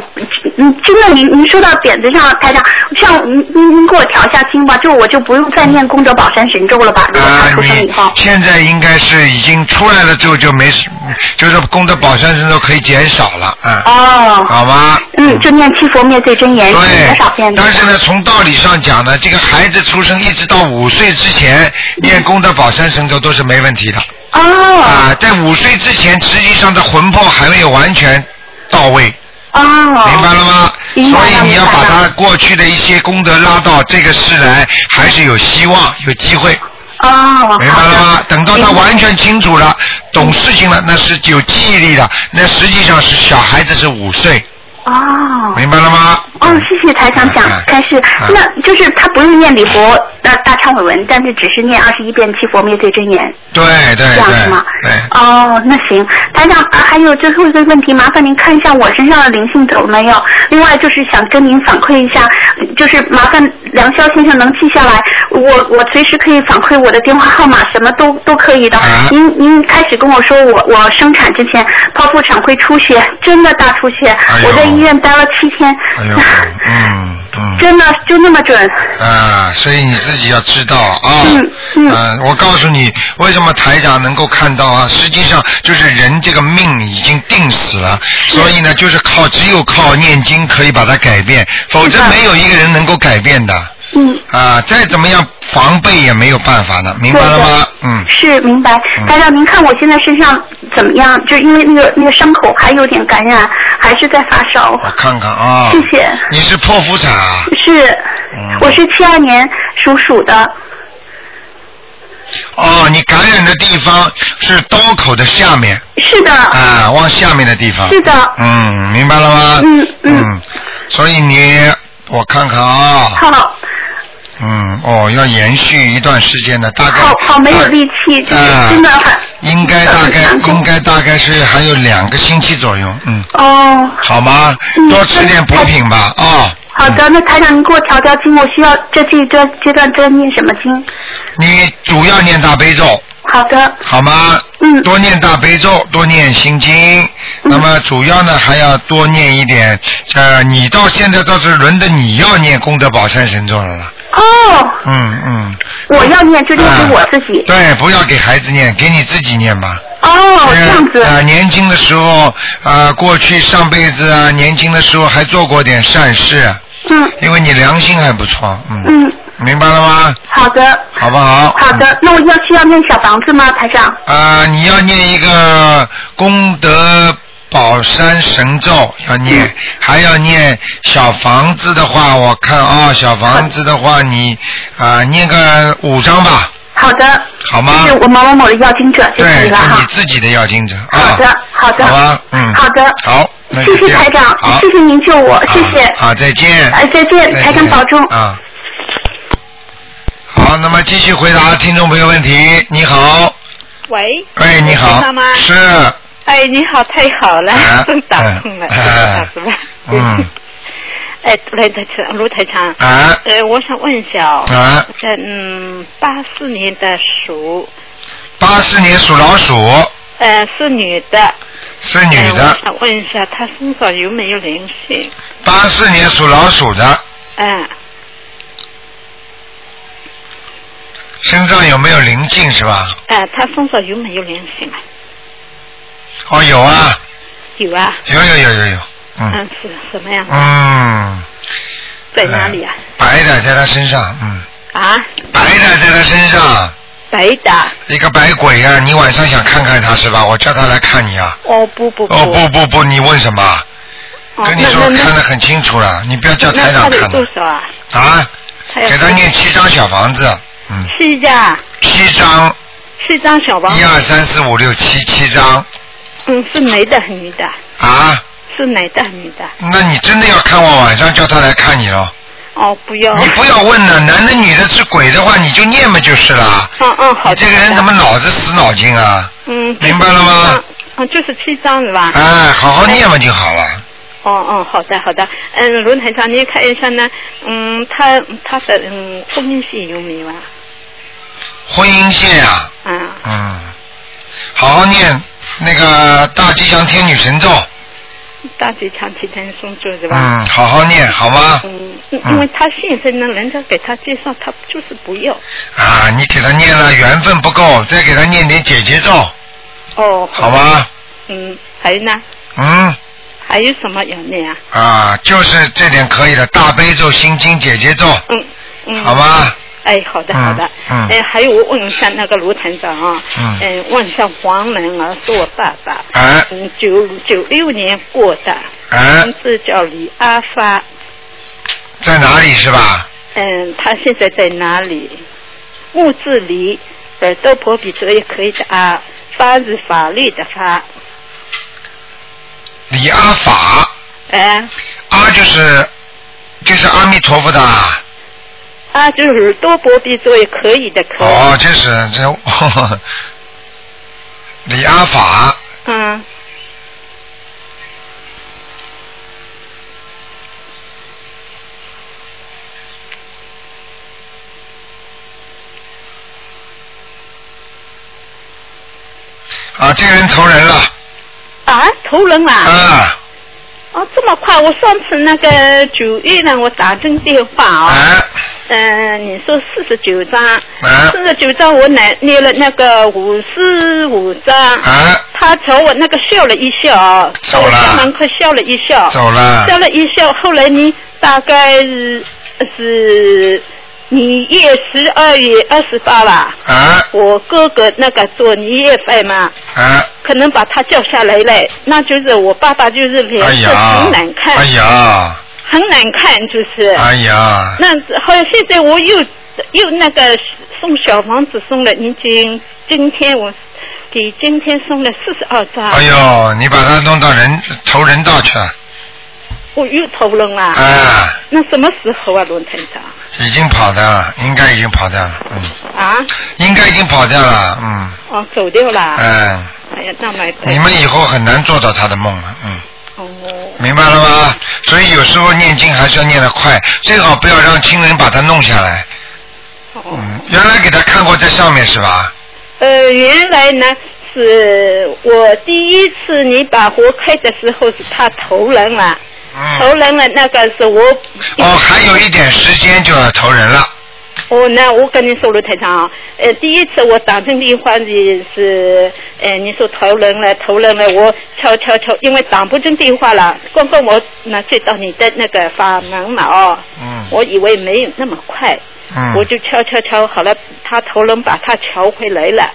[SPEAKER 6] 嗯，真的，您您说到点子上，台长，像您您您给我调一下经吧，就我就不用再念功德宝山神咒了吧？如果
[SPEAKER 1] 啊
[SPEAKER 6] 他，出生
[SPEAKER 1] 你
[SPEAKER 6] 以后，
[SPEAKER 1] 现在应该是已经出来了之后就没事，就是功德宝山神咒可以减少了啊，
[SPEAKER 6] 哦，
[SPEAKER 1] 好吗？
[SPEAKER 6] 嗯，就念七佛灭罪真言，念多少
[SPEAKER 1] 对
[SPEAKER 6] 遍，呢？
[SPEAKER 1] 但是呢，从道理上讲呢，这个孩子出生一直到五岁之前，念功德宝山神咒都是没问题的
[SPEAKER 6] 嗯哦
[SPEAKER 1] 啊。在五岁之前，实际上的魂魄还没有完全到位，
[SPEAKER 6] 哦，
[SPEAKER 1] 啊明白了吗？
[SPEAKER 6] 明白
[SPEAKER 1] 所
[SPEAKER 6] 了
[SPEAKER 1] 以你要把
[SPEAKER 6] 明白
[SPEAKER 1] 他
[SPEAKER 6] 了
[SPEAKER 1] 过去的一些功德拉到这个世来，还是有希望、有机会，
[SPEAKER 6] 哦，
[SPEAKER 1] 明白
[SPEAKER 6] 好
[SPEAKER 1] 了
[SPEAKER 6] 的
[SPEAKER 1] 吗？等到他
[SPEAKER 6] 明白嗯
[SPEAKER 1] 完全清楚了、懂事情了，那是有记忆力了，那实际上是小孩子是五岁，
[SPEAKER 6] 哦。
[SPEAKER 1] 明白了吗？
[SPEAKER 6] 哦，谢谢台长讲
[SPEAKER 1] 嗯
[SPEAKER 6] 开始
[SPEAKER 1] 嗯，
[SPEAKER 6] 那就是他不用念礼佛大大忏悔文，但是只是念二十一遍七佛灭罪真言，
[SPEAKER 1] 对对
[SPEAKER 6] 这样是
[SPEAKER 1] 哎对
[SPEAKER 6] 吗？
[SPEAKER 1] 对。
[SPEAKER 6] 哦，那行，台长，啊还有最后一个问题，麻烦您看一下我身上的灵性走了没有？另外就是想跟您反馈一下，就是麻烦梁霄先生能记下来，我我随时可以反馈我的电话号码，什么都都可以的
[SPEAKER 1] 啊。
[SPEAKER 6] 您您开始跟我说我我生产之前剖腹产会出血，真的大出血，
[SPEAKER 1] 哎呦
[SPEAKER 6] 我在医院待了七天。
[SPEAKER 1] 哎呦，嗯嗯，
[SPEAKER 6] 真的就那么准？
[SPEAKER 1] 啊，所以你自己要知道啊，
[SPEAKER 6] 嗯嗯
[SPEAKER 1] 啊我告诉你，为什么台长能够看到啊？实际上就是人这个命已经定死了，所以呢，就是靠只有靠念经可以把它改变，否则
[SPEAKER 6] 是的
[SPEAKER 1] 没有一个人能够改变的
[SPEAKER 6] 嗯，
[SPEAKER 1] 啊！再怎么样防备也没有办法的，明白了
[SPEAKER 6] 对
[SPEAKER 1] 吗
[SPEAKER 6] 的？
[SPEAKER 1] 嗯，
[SPEAKER 6] 是明白
[SPEAKER 1] 嗯。
[SPEAKER 6] 台长，您看我现在身上怎么样？就因为那个那个伤口还有点感染，还是在发烧。
[SPEAKER 1] 我看看啊，
[SPEAKER 6] 谢谢。
[SPEAKER 1] 你是剖腹产啊？
[SPEAKER 6] 是，
[SPEAKER 1] 嗯
[SPEAKER 6] 我是七二年属鼠的。
[SPEAKER 1] 哦，你感染的地方是刀口的下面。
[SPEAKER 6] 是的，
[SPEAKER 1] 啊，往下面的地方。
[SPEAKER 6] 是的。
[SPEAKER 1] 嗯，明白了吗？
[SPEAKER 6] 嗯嗯
[SPEAKER 1] 所以你，我看看啊，
[SPEAKER 6] 好，
[SPEAKER 1] 嗯，哦，要延续一段时间的，大概。
[SPEAKER 6] 好好没有
[SPEAKER 1] 大
[SPEAKER 6] 力气，嗯就是
[SPEAKER 1] 啊
[SPEAKER 6] 真的很。
[SPEAKER 1] 应该大概应该大概是还有两个星期左右，嗯，
[SPEAKER 6] 哦，
[SPEAKER 1] 好吗？
[SPEAKER 6] 嗯
[SPEAKER 1] 多吃点补品吧，啊、
[SPEAKER 6] 好的，那台长您给我调调经，我需要这这这阶段这念什么经？
[SPEAKER 1] 嗯你主要念大悲咒，
[SPEAKER 6] 好的，
[SPEAKER 1] 好吗？
[SPEAKER 6] 嗯
[SPEAKER 1] 多念大悲咒，多念心经。那么主要呢，还要多念一点。呃，你到现在倒是轮着你要念功德宝山神咒了啦。
[SPEAKER 6] 哦，
[SPEAKER 1] 嗯嗯。
[SPEAKER 6] 我要念就念给我自己。
[SPEAKER 1] 对，不要给孩子念，给你自己念吧。
[SPEAKER 6] 哦，这样子。
[SPEAKER 1] 啊、年轻的时候啊、过去上辈子啊，年轻的时候还做过点善事，
[SPEAKER 6] 嗯
[SPEAKER 1] 因为你良心还不错，嗯，
[SPEAKER 6] 嗯，
[SPEAKER 1] 明白了吗？
[SPEAKER 6] 好的。
[SPEAKER 1] 好不好？
[SPEAKER 6] 好
[SPEAKER 1] 嗯
[SPEAKER 6] 的，那我要需要念小房子吗，台长？
[SPEAKER 1] 啊、你要念一个功德宝山神咒，要念，
[SPEAKER 6] 嗯
[SPEAKER 1] 还要念小房子的话，我看啊、小房子的话你啊、念个五张吧，
[SPEAKER 6] 好的，
[SPEAKER 1] 好吗？
[SPEAKER 6] 这是我某某某的要经者，谢谢
[SPEAKER 1] 对，
[SPEAKER 6] 你
[SPEAKER 1] 是
[SPEAKER 6] 了
[SPEAKER 1] 你
[SPEAKER 6] 哈。
[SPEAKER 1] 自己的要精者啊。
[SPEAKER 6] 好的，好的，
[SPEAKER 1] 好吧，嗯，
[SPEAKER 6] 好的，
[SPEAKER 1] 好，那就
[SPEAKER 6] 谢
[SPEAKER 1] 这
[SPEAKER 6] 谢
[SPEAKER 1] 样
[SPEAKER 6] 台长
[SPEAKER 1] 好，，
[SPEAKER 6] 谢谢您救我，谢谢，
[SPEAKER 1] 啊，啊再见，
[SPEAKER 6] 呃，再见，台长保重。
[SPEAKER 1] 啊。好，那么继续回答听众朋友问题。你好，
[SPEAKER 7] 喂，
[SPEAKER 1] 喂，你好
[SPEAKER 7] 是他吗，
[SPEAKER 1] 是，
[SPEAKER 7] 哎，你好，太好了
[SPEAKER 1] 啊，
[SPEAKER 7] 终于 打通
[SPEAKER 1] 哎
[SPEAKER 7] 了，打是吧？
[SPEAKER 1] 嗯，
[SPEAKER 7] 哎，卢台长，卢台长，
[SPEAKER 1] 啊
[SPEAKER 7] 呃，我想问一下哦，
[SPEAKER 1] 啊，
[SPEAKER 7] 在嗯八四年的鼠，
[SPEAKER 1] 八四年属老鼠，
[SPEAKER 7] 呃，是女的，
[SPEAKER 1] 是女
[SPEAKER 7] 呃
[SPEAKER 1] 的
[SPEAKER 7] 我，想问一下她身上有没有灵性？
[SPEAKER 1] 八四年属老鼠的，
[SPEAKER 7] 嗯，
[SPEAKER 1] 身上有没有灵性是吧？
[SPEAKER 7] 呃，她身上有没有灵性啊？
[SPEAKER 1] 哦，有啊，
[SPEAKER 7] 有啊，
[SPEAKER 1] 有有有有有，嗯
[SPEAKER 7] 嗯，是什么样？
[SPEAKER 1] 嗯，
[SPEAKER 7] 在哪里啊？
[SPEAKER 1] 白的在他身上，嗯，
[SPEAKER 7] 啊，
[SPEAKER 1] 白的在他身上，
[SPEAKER 7] 谁的？
[SPEAKER 1] 一个白鬼啊！你晚上想看看他是吧？我叫他来看你啊。
[SPEAKER 7] 哦不不
[SPEAKER 1] 哦不不不，你问什么？
[SPEAKER 7] 哦
[SPEAKER 1] 跟你
[SPEAKER 7] 那
[SPEAKER 1] 说
[SPEAKER 7] 那
[SPEAKER 1] 看得
[SPEAKER 7] 那
[SPEAKER 1] 很清楚了，你不要叫台
[SPEAKER 7] 那他
[SPEAKER 1] 长
[SPEAKER 7] 得
[SPEAKER 1] 看
[SPEAKER 7] 多
[SPEAKER 1] 的
[SPEAKER 7] 少啊？
[SPEAKER 1] 啊！
[SPEAKER 7] 他要
[SPEAKER 1] 给他念七张小房子，嗯，
[SPEAKER 7] 七张，
[SPEAKER 1] 七张，
[SPEAKER 7] 七张小王
[SPEAKER 1] 一。二三四五六七，七张
[SPEAKER 7] 嗯，是男的还是女的？
[SPEAKER 1] 啊！
[SPEAKER 7] 是男的还是女的？
[SPEAKER 1] 那你真的要看我晚上叫他来看你喽？
[SPEAKER 7] 哦，不要。
[SPEAKER 1] 你不要问了，男的女的是鬼的话，你就念嘛就是了。
[SPEAKER 7] 嗯嗯，好
[SPEAKER 1] 你
[SPEAKER 7] 的。
[SPEAKER 1] 这个人
[SPEAKER 7] 好的
[SPEAKER 1] 怎么脑子死脑筋啊？
[SPEAKER 7] 嗯，
[SPEAKER 1] 明白了吗？
[SPEAKER 7] 嗯，就是七张是吧？
[SPEAKER 1] 哎，好好念嘛就好了。
[SPEAKER 7] 哦哦，好的好的。嗯，卢台长，您看一下呢，嗯，他他的嗯婚姻线有没有啊？
[SPEAKER 1] 婚姻线啊，
[SPEAKER 7] 啊，
[SPEAKER 1] 嗯，好好念那个大吉祥天女神咒，
[SPEAKER 7] 大吉祥提前送走是吧？
[SPEAKER 1] 嗯，好好念好吗？
[SPEAKER 7] 嗯，因
[SPEAKER 1] 啊
[SPEAKER 7] 因为他现在呢，人家给他介绍，他就是不要。
[SPEAKER 1] 啊，你给他念了，缘分不够，再给他念点姐姐咒，
[SPEAKER 7] 哦，
[SPEAKER 1] 好吗？
[SPEAKER 7] 嗯，还有呢？
[SPEAKER 1] 嗯，
[SPEAKER 7] 还有什么要念啊？
[SPEAKER 1] 啊，就是这点可以的，大悲咒、心经、姐姐咒，
[SPEAKER 7] 嗯嗯。
[SPEAKER 1] 好吗？
[SPEAKER 7] 哎，好的
[SPEAKER 1] 嗯
[SPEAKER 7] 好的，
[SPEAKER 1] 嗯
[SPEAKER 7] 哎，还有我问一下那个卢团长啊，
[SPEAKER 1] 嗯
[SPEAKER 7] 嗯，问一下黄仁儿是我爸爸，
[SPEAKER 1] 哎
[SPEAKER 7] 嗯，九九六年过的，
[SPEAKER 1] 哎
[SPEAKER 7] 名，字叫李阿发，
[SPEAKER 1] 在哪里是吧？
[SPEAKER 7] 嗯，他现在在哪里？木字李，耳朵婆比折也可以的啊，发是法律的发，
[SPEAKER 1] 李阿法，
[SPEAKER 7] 哎，
[SPEAKER 1] 阿就是就是阿弥陀佛的啊。
[SPEAKER 7] 啊，就是耳朵婆比折也可以的，可以，
[SPEAKER 1] 哦，就是这 李阿法，
[SPEAKER 7] 嗯，
[SPEAKER 1] 啊，这个人投人了
[SPEAKER 7] 啊，投人啦、
[SPEAKER 1] 啊！
[SPEAKER 7] 哦，这么快！我上次那个九月呢，我打进电话啊、
[SPEAKER 1] 哎
[SPEAKER 7] 嗯、你说四十九张，
[SPEAKER 1] 哎
[SPEAKER 7] 四十九张我拿捏了那个五十五张，
[SPEAKER 1] 哎，
[SPEAKER 7] 他朝我那个笑了一笑啊，
[SPEAKER 1] 走了
[SPEAKER 7] 在我家门口笑了一笑，
[SPEAKER 1] 走了
[SPEAKER 7] 笑了一笑。后来你大概是是你月十二月二十八吧，
[SPEAKER 1] 哎
[SPEAKER 7] 我哥哥那个做年夜饭嘛，
[SPEAKER 1] 哎，
[SPEAKER 7] 可能把他叫下来嘞，那就是我爸爸就是脸
[SPEAKER 1] 哎
[SPEAKER 7] 色
[SPEAKER 1] 呀
[SPEAKER 7] 很难，看。
[SPEAKER 1] 哎呀，
[SPEAKER 7] 很难看，就是。
[SPEAKER 1] 哎呀，
[SPEAKER 7] 那好像现在我又又那个送小房子送了，已经今天我给今天送了四十二张，
[SPEAKER 1] 哎呦，你把他弄到人投人道去了，
[SPEAKER 7] 我又投人了。
[SPEAKER 1] 哎，
[SPEAKER 7] 那什么时候啊，罗团长？
[SPEAKER 1] 已经跑掉了，应该已经跑掉了，嗯，
[SPEAKER 7] 啊，
[SPEAKER 1] 应该已经跑掉了，嗯，
[SPEAKER 7] 哦，走掉了。
[SPEAKER 1] 哎，
[SPEAKER 7] 哎呀，那买
[SPEAKER 1] 你们以后很难做到他的梦了，嗯。
[SPEAKER 7] 哦，
[SPEAKER 1] 明白了吗？所以有时候念经还是要念得快，最好不要让亲人把他弄下来。
[SPEAKER 7] 哦
[SPEAKER 1] 嗯，原来给他看过在上面是吧？
[SPEAKER 7] 呃，原来呢。是我第一次你把活开的时候是他投人了，投
[SPEAKER 1] 嗯。
[SPEAKER 7] 人了那个是我
[SPEAKER 1] 哦，还有一点时间就要投人了。
[SPEAKER 7] 哦，那我跟你说，卢台长啊，呃，第一次我打进电话的是，呃，你说投人了，投人了，我敲敲敲，因为打不进电话了，刚刚我那接到你的那个法门嘛哦，
[SPEAKER 1] 嗯。
[SPEAKER 7] 我以为没有那么快，
[SPEAKER 1] 嗯。
[SPEAKER 7] 我就敲敲敲，好了，他投人把他调回来了，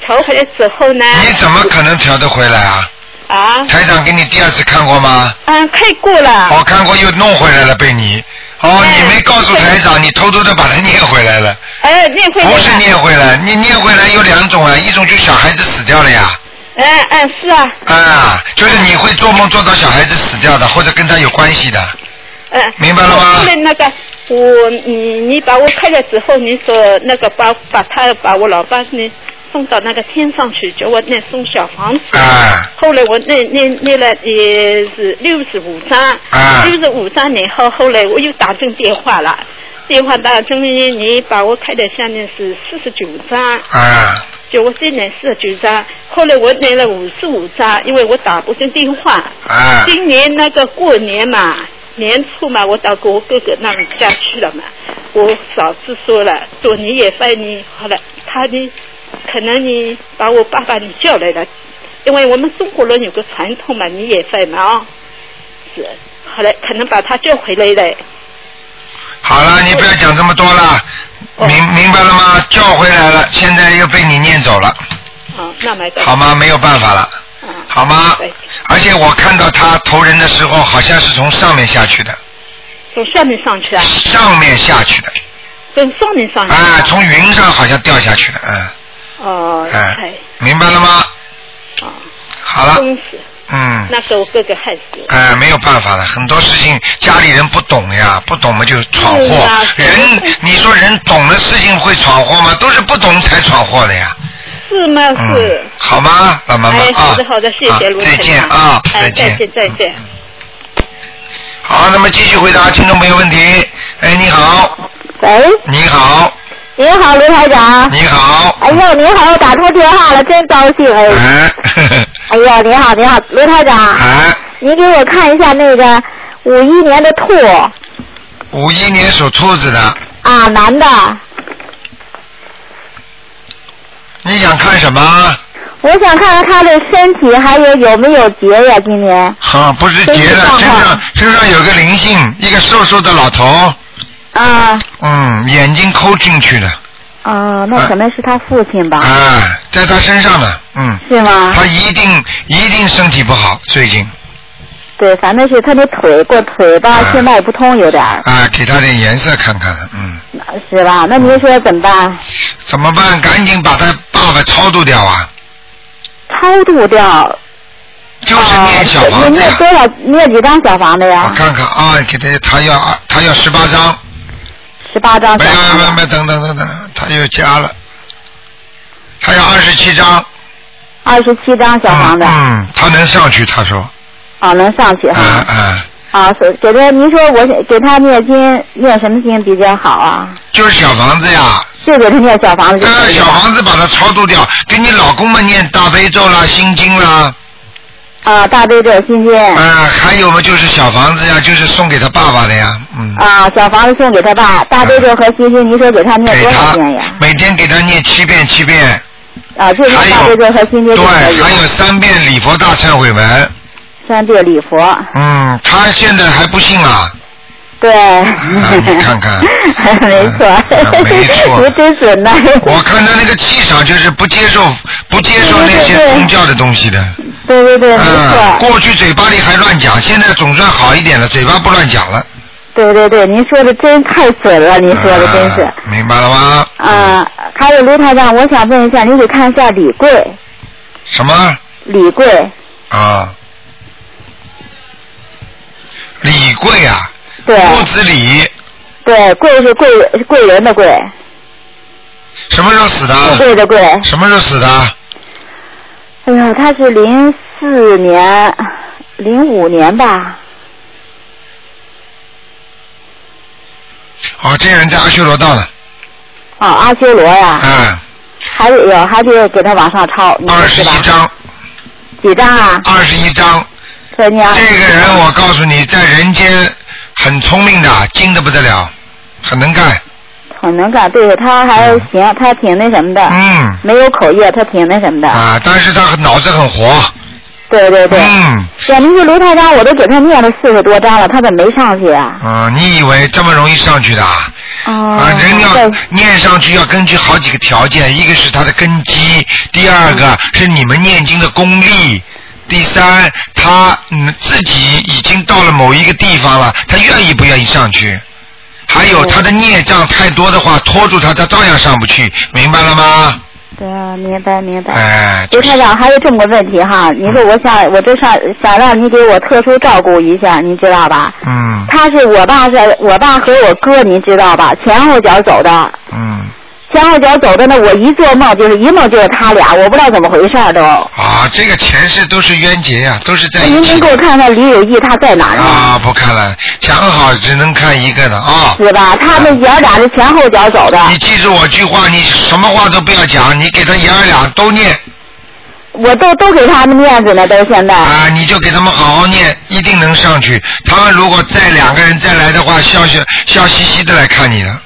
[SPEAKER 7] 调回来之后呢，
[SPEAKER 1] 你怎么可能调得回来啊？
[SPEAKER 7] 啊，
[SPEAKER 1] 台长给你第二次看过吗？
[SPEAKER 7] 嗯，开过
[SPEAKER 1] 我、
[SPEAKER 7] 了，
[SPEAKER 1] 看过又弄回来了，被你。哦，
[SPEAKER 7] 哎
[SPEAKER 1] 你没告诉台长，你偷偷的把它念回来了。
[SPEAKER 7] 哎，念回来
[SPEAKER 1] 不是
[SPEAKER 7] 了，
[SPEAKER 1] 念回来，你念回来有两种啊，一种就小孩子死掉了呀。
[SPEAKER 7] 哎哎是啊，
[SPEAKER 1] 啊，就是你会做梦做到小孩子死掉的，或者跟他有关系的。
[SPEAKER 7] 嗯，
[SPEAKER 1] 明白了吗
[SPEAKER 7] 后来那个我你你把我开了之后，你说那个把把他把我老爸呢送到那个天上去，叫我那送小房子。
[SPEAKER 1] 啊
[SPEAKER 7] 后来我那那那了也是六十五张，
[SPEAKER 1] 啊
[SPEAKER 7] 六十五张以后，后来我又打进电话了，电话打进你你把我开的下面是四十九张，
[SPEAKER 1] 啊
[SPEAKER 7] 叫我再拿四十九张，后来我拿了五十五张，因为我打不进电话。
[SPEAKER 1] 啊！
[SPEAKER 7] 今年那个过年嘛，年初嘛，我到我哥哥那里家去了嘛。我嫂子说了，说你也拜你好了，他呢，可能你把我爸爸你叫来了，因为我们中国人有个传统嘛，你也拜嘛啊、是，后来可能把他叫回来了。
[SPEAKER 1] 好了，你不要讲这么多了。明明白了吗？叫回来了，现在又被你念走了，
[SPEAKER 7] 哦，那没办法。
[SPEAKER 1] 好吗？没有办法了，
[SPEAKER 7] 嗯，
[SPEAKER 1] 好吗
[SPEAKER 7] 对？
[SPEAKER 1] 而且我看到他投人的时候，好像是从上面下去的，
[SPEAKER 7] 从下面上去啊，
[SPEAKER 1] 上面下去的，
[SPEAKER 7] 从上面上去
[SPEAKER 1] 啊，
[SPEAKER 7] 啊。
[SPEAKER 1] 从云上好像掉下去的，嗯
[SPEAKER 7] 哦，
[SPEAKER 1] 嗯
[SPEAKER 7] 哎，，
[SPEAKER 1] 明白了吗？
[SPEAKER 7] 哦，
[SPEAKER 1] 好了，
[SPEAKER 7] 真是，
[SPEAKER 1] 嗯。
[SPEAKER 7] 那时候哥哥害死我。
[SPEAKER 1] 哎、没有办法了，很多事情家里人不懂呀，不懂嘛就闯
[SPEAKER 7] 对
[SPEAKER 1] 祸。
[SPEAKER 7] 呀
[SPEAKER 1] 人，你说人懂的事情会闯祸吗？都是不懂才闯祸的呀。
[SPEAKER 7] 是吗？啊是。
[SPEAKER 1] 嗯，好吗，老妈妈、
[SPEAKER 7] 哎，
[SPEAKER 1] 啊？
[SPEAKER 7] 好的好的，谢谢卢
[SPEAKER 1] 啊、再
[SPEAKER 7] 台
[SPEAKER 1] 见
[SPEAKER 7] 长。
[SPEAKER 1] 啊，
[SPEAKER 7] 哎，
[SPEAKER 1] 见。
[SPEAKER 7] 再见再见。
[SPEAKER 1] 好，那么继续回答听众朋友问题。哎，你好，
[SPEAKER 6] 喂，
[SPEAKER 1] 你好，
[SPEAKER 6] 您好，卢台
[SPEAKER 7] 啊
[SPEAKER 6] 长。
[SPEAKER 1] 你好。
[SPEAKER 6] 哎呦，您好，打通电话了，真高兴哎！
[SPEAKER 1] 哎，呵呵
[SPEAKER 6] 哎呦，您好，您好，卢台长，
[SPEAKER 1] 哎，
[SPEAKER 6] 您给我看一下那个五一年的兔
[SPEAKER 1] 五一年属兔子的，
[SPEAKER 6] 啊，男的，
[SPEAKER 1] 你想看什么？
[SPEAKER 6] 我想看看他的身体还有有没有结呀？今年
[SPEAKER 1] 啊，不是
[SPEAKER 6] 身体
[SPEAKER 1] 结的，
[SPEAKER 6] 状
[SPEAKER 1] 身
[SPEAKER 6] 况
[SPEAKER 1] 上身上有个灵性，一个瘦瘦的老头。
[SPEAKER 6] 啊
[SPEAKER 1] 嗯，眼睛抠进去了，
[SPEAKER 6] 啊，那
[SPEAKER 1] 哎
[SPEAKER 6] 可能是他父亲吧，啊
[SPEAKER 1] 啊，在他身上呢，嗯，
[SPEAKER 6] 是吗？
[SPEAKER 1] 他一定一定身体不好，最近
[SPEAKER 6] 对，反正是他的腿过腿吧，
[SPEAKER 1] 哎
[SPEAKER 6] 血脉不通，有点儿
[SPEAKER 1] 啊，给他点颜色看看了，嗯，
[SPEAKER 6] 是吧？那您说怎么办？
[SPEAKER 1] 怎么办？赶紧把他爸爸超度掉啊！
[SPEAKER 6] 超度掉
[SPEAKER 1] 就是念小
[SPEAKER 6] 啊
[SPEAKER 1] 房子
[SPEAKER 6] 念
[SPEAKER 1] 呀，
[SPEAKER 6] 多少？念几张小房子
[SPEAKER 1] 我
[SPEAKER 6] 呀？
[SPEAKER 1] 看看啊，给他他要啊他要十八张，
[SPEAKER 6] 十八张
[SPEAKER 1] 没
[SPEAKER 6] 小
[SPEAKER 1] 有没有
[SPEAKER 6] 房
[SPEAKER 1] 没有没
[SPEAKER 6] 子。
[SPEAKER 1] 有，等等等等，他又加了，他要二十七张，
[SPEAKER 6] 二十七张小房子，
[SPEAKER 1] 嗯，嗯他能上去，他说，
[SPEAKER 6] 啊，能上去
[SPEAKER 1] 啊
[SPEAKER 6] 哈。
[SPEAKER 1] 啊，
[SPEAKER 6] 啊，所以给他，您说我给他念经，念什么经比较好啊？
[SPEAKER 1] 就是小房子呀，
[SPEAKER 6] 就给他念小房子就可
[SPEAKER 1] 这
[SPEAKER 6] 以
[SPEAKER 1] 嗯呃小
[SPEAKER 6] 了。
[SPEAKER 1] 房子把它超度掉，给你老公们念大悲咒啦、心经啦，
[SPEAKER 6] 啊，大悲咒心经。
[SPEAKER 1] 啊、还有嘛就是小房子呀，就是送给他爸爸的呀，嗯，
[SPEAKER 6] 啊，小房子送给他爸，大悲咒和心经，您说给他念
[SPEAKER 1] 给
[SPEAKER 6] 多少
[SPEAKER 1] 他
[SPEAKER 6] 遍呀？
[SPEAKER 1] 每天给他念七遍七遍，
[SPEAKER 6] 啊，就
[SPEAKER 1] 还
[SPEAKER 6] 念大
[SPEAKER 1] 有
[SPEAKER 6] 悲咒和心经就可以
[SPEAKER 1] 对，
[SPEAKER 6] 了
[SPEAKER 1] 还。有三遍礼佛大忏悔文，
[SPEAKER 6] 三遍礼佛，
[SPEAKER 1] 嗯，他现在还不信啊，
[SPEAKER 6] 对。
[SPEAKER 1] 嗯你看看
[SPEAKER 6] 没错
[SPEAKER 1] 嗯，没错
[SPEAKER 6] 您真准呐。
[SPEAKER 1] 我看他那个气场就是不接受不接受那些
[SPEAKER 6] 对对对
[SPEAKER 1] 宗教的东西的，
[SPEAKER 6] 对对对，没
[SPEAKER 1] 嗯，
[SPEAKER 6] 错。
[SPEAKER 1] 过去嘴巴里还乱讲，现在总算好一点了，嘴巴不乱讲了，
[SPEAKER 6] 对对对，您说的真太准了，您说的真是。
[SPEAKER 1] 啊明白了吗？
[SPEAKER 6] 啊，还有卢台长，我想问一下，您给看一下李贵，
[SPEAKER 1] 什么？
[SPEAKER 6] 李贵
[SPEAKER 1] 啊，李贵啊，
[SPEAKER 6] 对
[SPEAKER 1] 木子李，
[SPEAKER 6] 对，贵是贵是贵人的贵，
[SPEAKER 1] 什么时候死
[SPEAKER 6] 富贵
[SPEAKER 1] 的？
[SPEAKER 6] 的贵。
[SPEAKER 1] 什么时候死的？
[SPEAKER 6] 哎呀，他是零四年、零五年吧？
[SPEAKER 1] 哦，这个人在阿修罗道呢，
[SPEAKER 6] 哦，阿修罗呀，
[SPEAKER 1] 嗯，
[SPEAKER 6] 还得有还得给他往上抄，你说
[SPEAKER 1] 二十
[SPEAKER 6] 是吧
[SPEAKER 1] 一？章，
[SPEAKER 6] 几张啊？
[SPEAKER 1] 二十一章。
[SPEAKER 6] 再念二
[SPEAKER 1] 这
[SPEAKER 6] 十
[SPEAKER 1] 个人我告诉你，在人间很聪明的，精的不得了，很能干，
[SPEAKER 6] 很能干，对他还
[SPEAKER 1] 嗯
[SPEAKER 6] 行，他挺那什么的，
[SPEAKER 1] 嗯，
[SPEAKER 6] 没有口业，他挺那什么的。
[SPEAKER 1] 啊，但是他脑子很活，
[SPEAKER 6] 对对对。
[SPEAKER 1] 嗯，
[SPEAKER 6] 对，您说卢台长，我都给他念了四十多章了，他怎么没上去啊？
[SPEAKER 1] 嗯，你以为这么容易上去的啊？啊，
[SPEAKER 6] 啊
[SPEAKER 1] 人要念上去要根据好几个条件，一个是他的根基，第二个是你们念经的功力，第三他嗯自己已经到了某一个地方了，他愿意不愿意上去？还
[SPEAKER 6] 哦
[SPEAKER 1] 有他的孽障太多的话，拖住他，他照样上不去，明白了吗？
[SPEAKER 6] 对啊，明白明白。
[SPEAKER 1] 哎，
[SPEAKER 6] 卢
[SPEAKER 1] 就是
[SPEAKER 6] 台长，还有这么个问题哈，您说我想，我这上想让你给我特殊照顾一下，您知道吧？
[SPEAKER 1] 嗯
[SPEAKER 6] 他是我爸是我爸和我哥，您知道吧？前后脚走的，
[SPEAKER 1] 嗯，
[SPEAKER 6] 前后脚走的呢，我一做梦就是一梦就是他俩，我不知道怎么回事儿都。
[SPEAKER 1] 啊，这个前世都是冤结呀、都是在
[SPEAKER 6] 哦您
[SPEAKER 1] 一
[SPEAKER 6] 您
[SPEAKER 1] 起
[SPEAKER 6] 给我看看李有义他在哪儿呢？
[SPEAKER 1] 啊，不看了，讲好只能看一个的啊。
[SPEAKER 6] 是吧？他们爷儿俩是前后脚走的。
[SPEAKER 1] 你记住我句话，你什么话都不要讲，你给他爷儿俩都念
[SPEAKER 6] 我都都给他们面子呢，都现在。
[SPEAKER 1] 啊，你就给他们好好念，一定能上去。他们如果再两个人再来的话，笑笑笑嘻嘻的来看你了。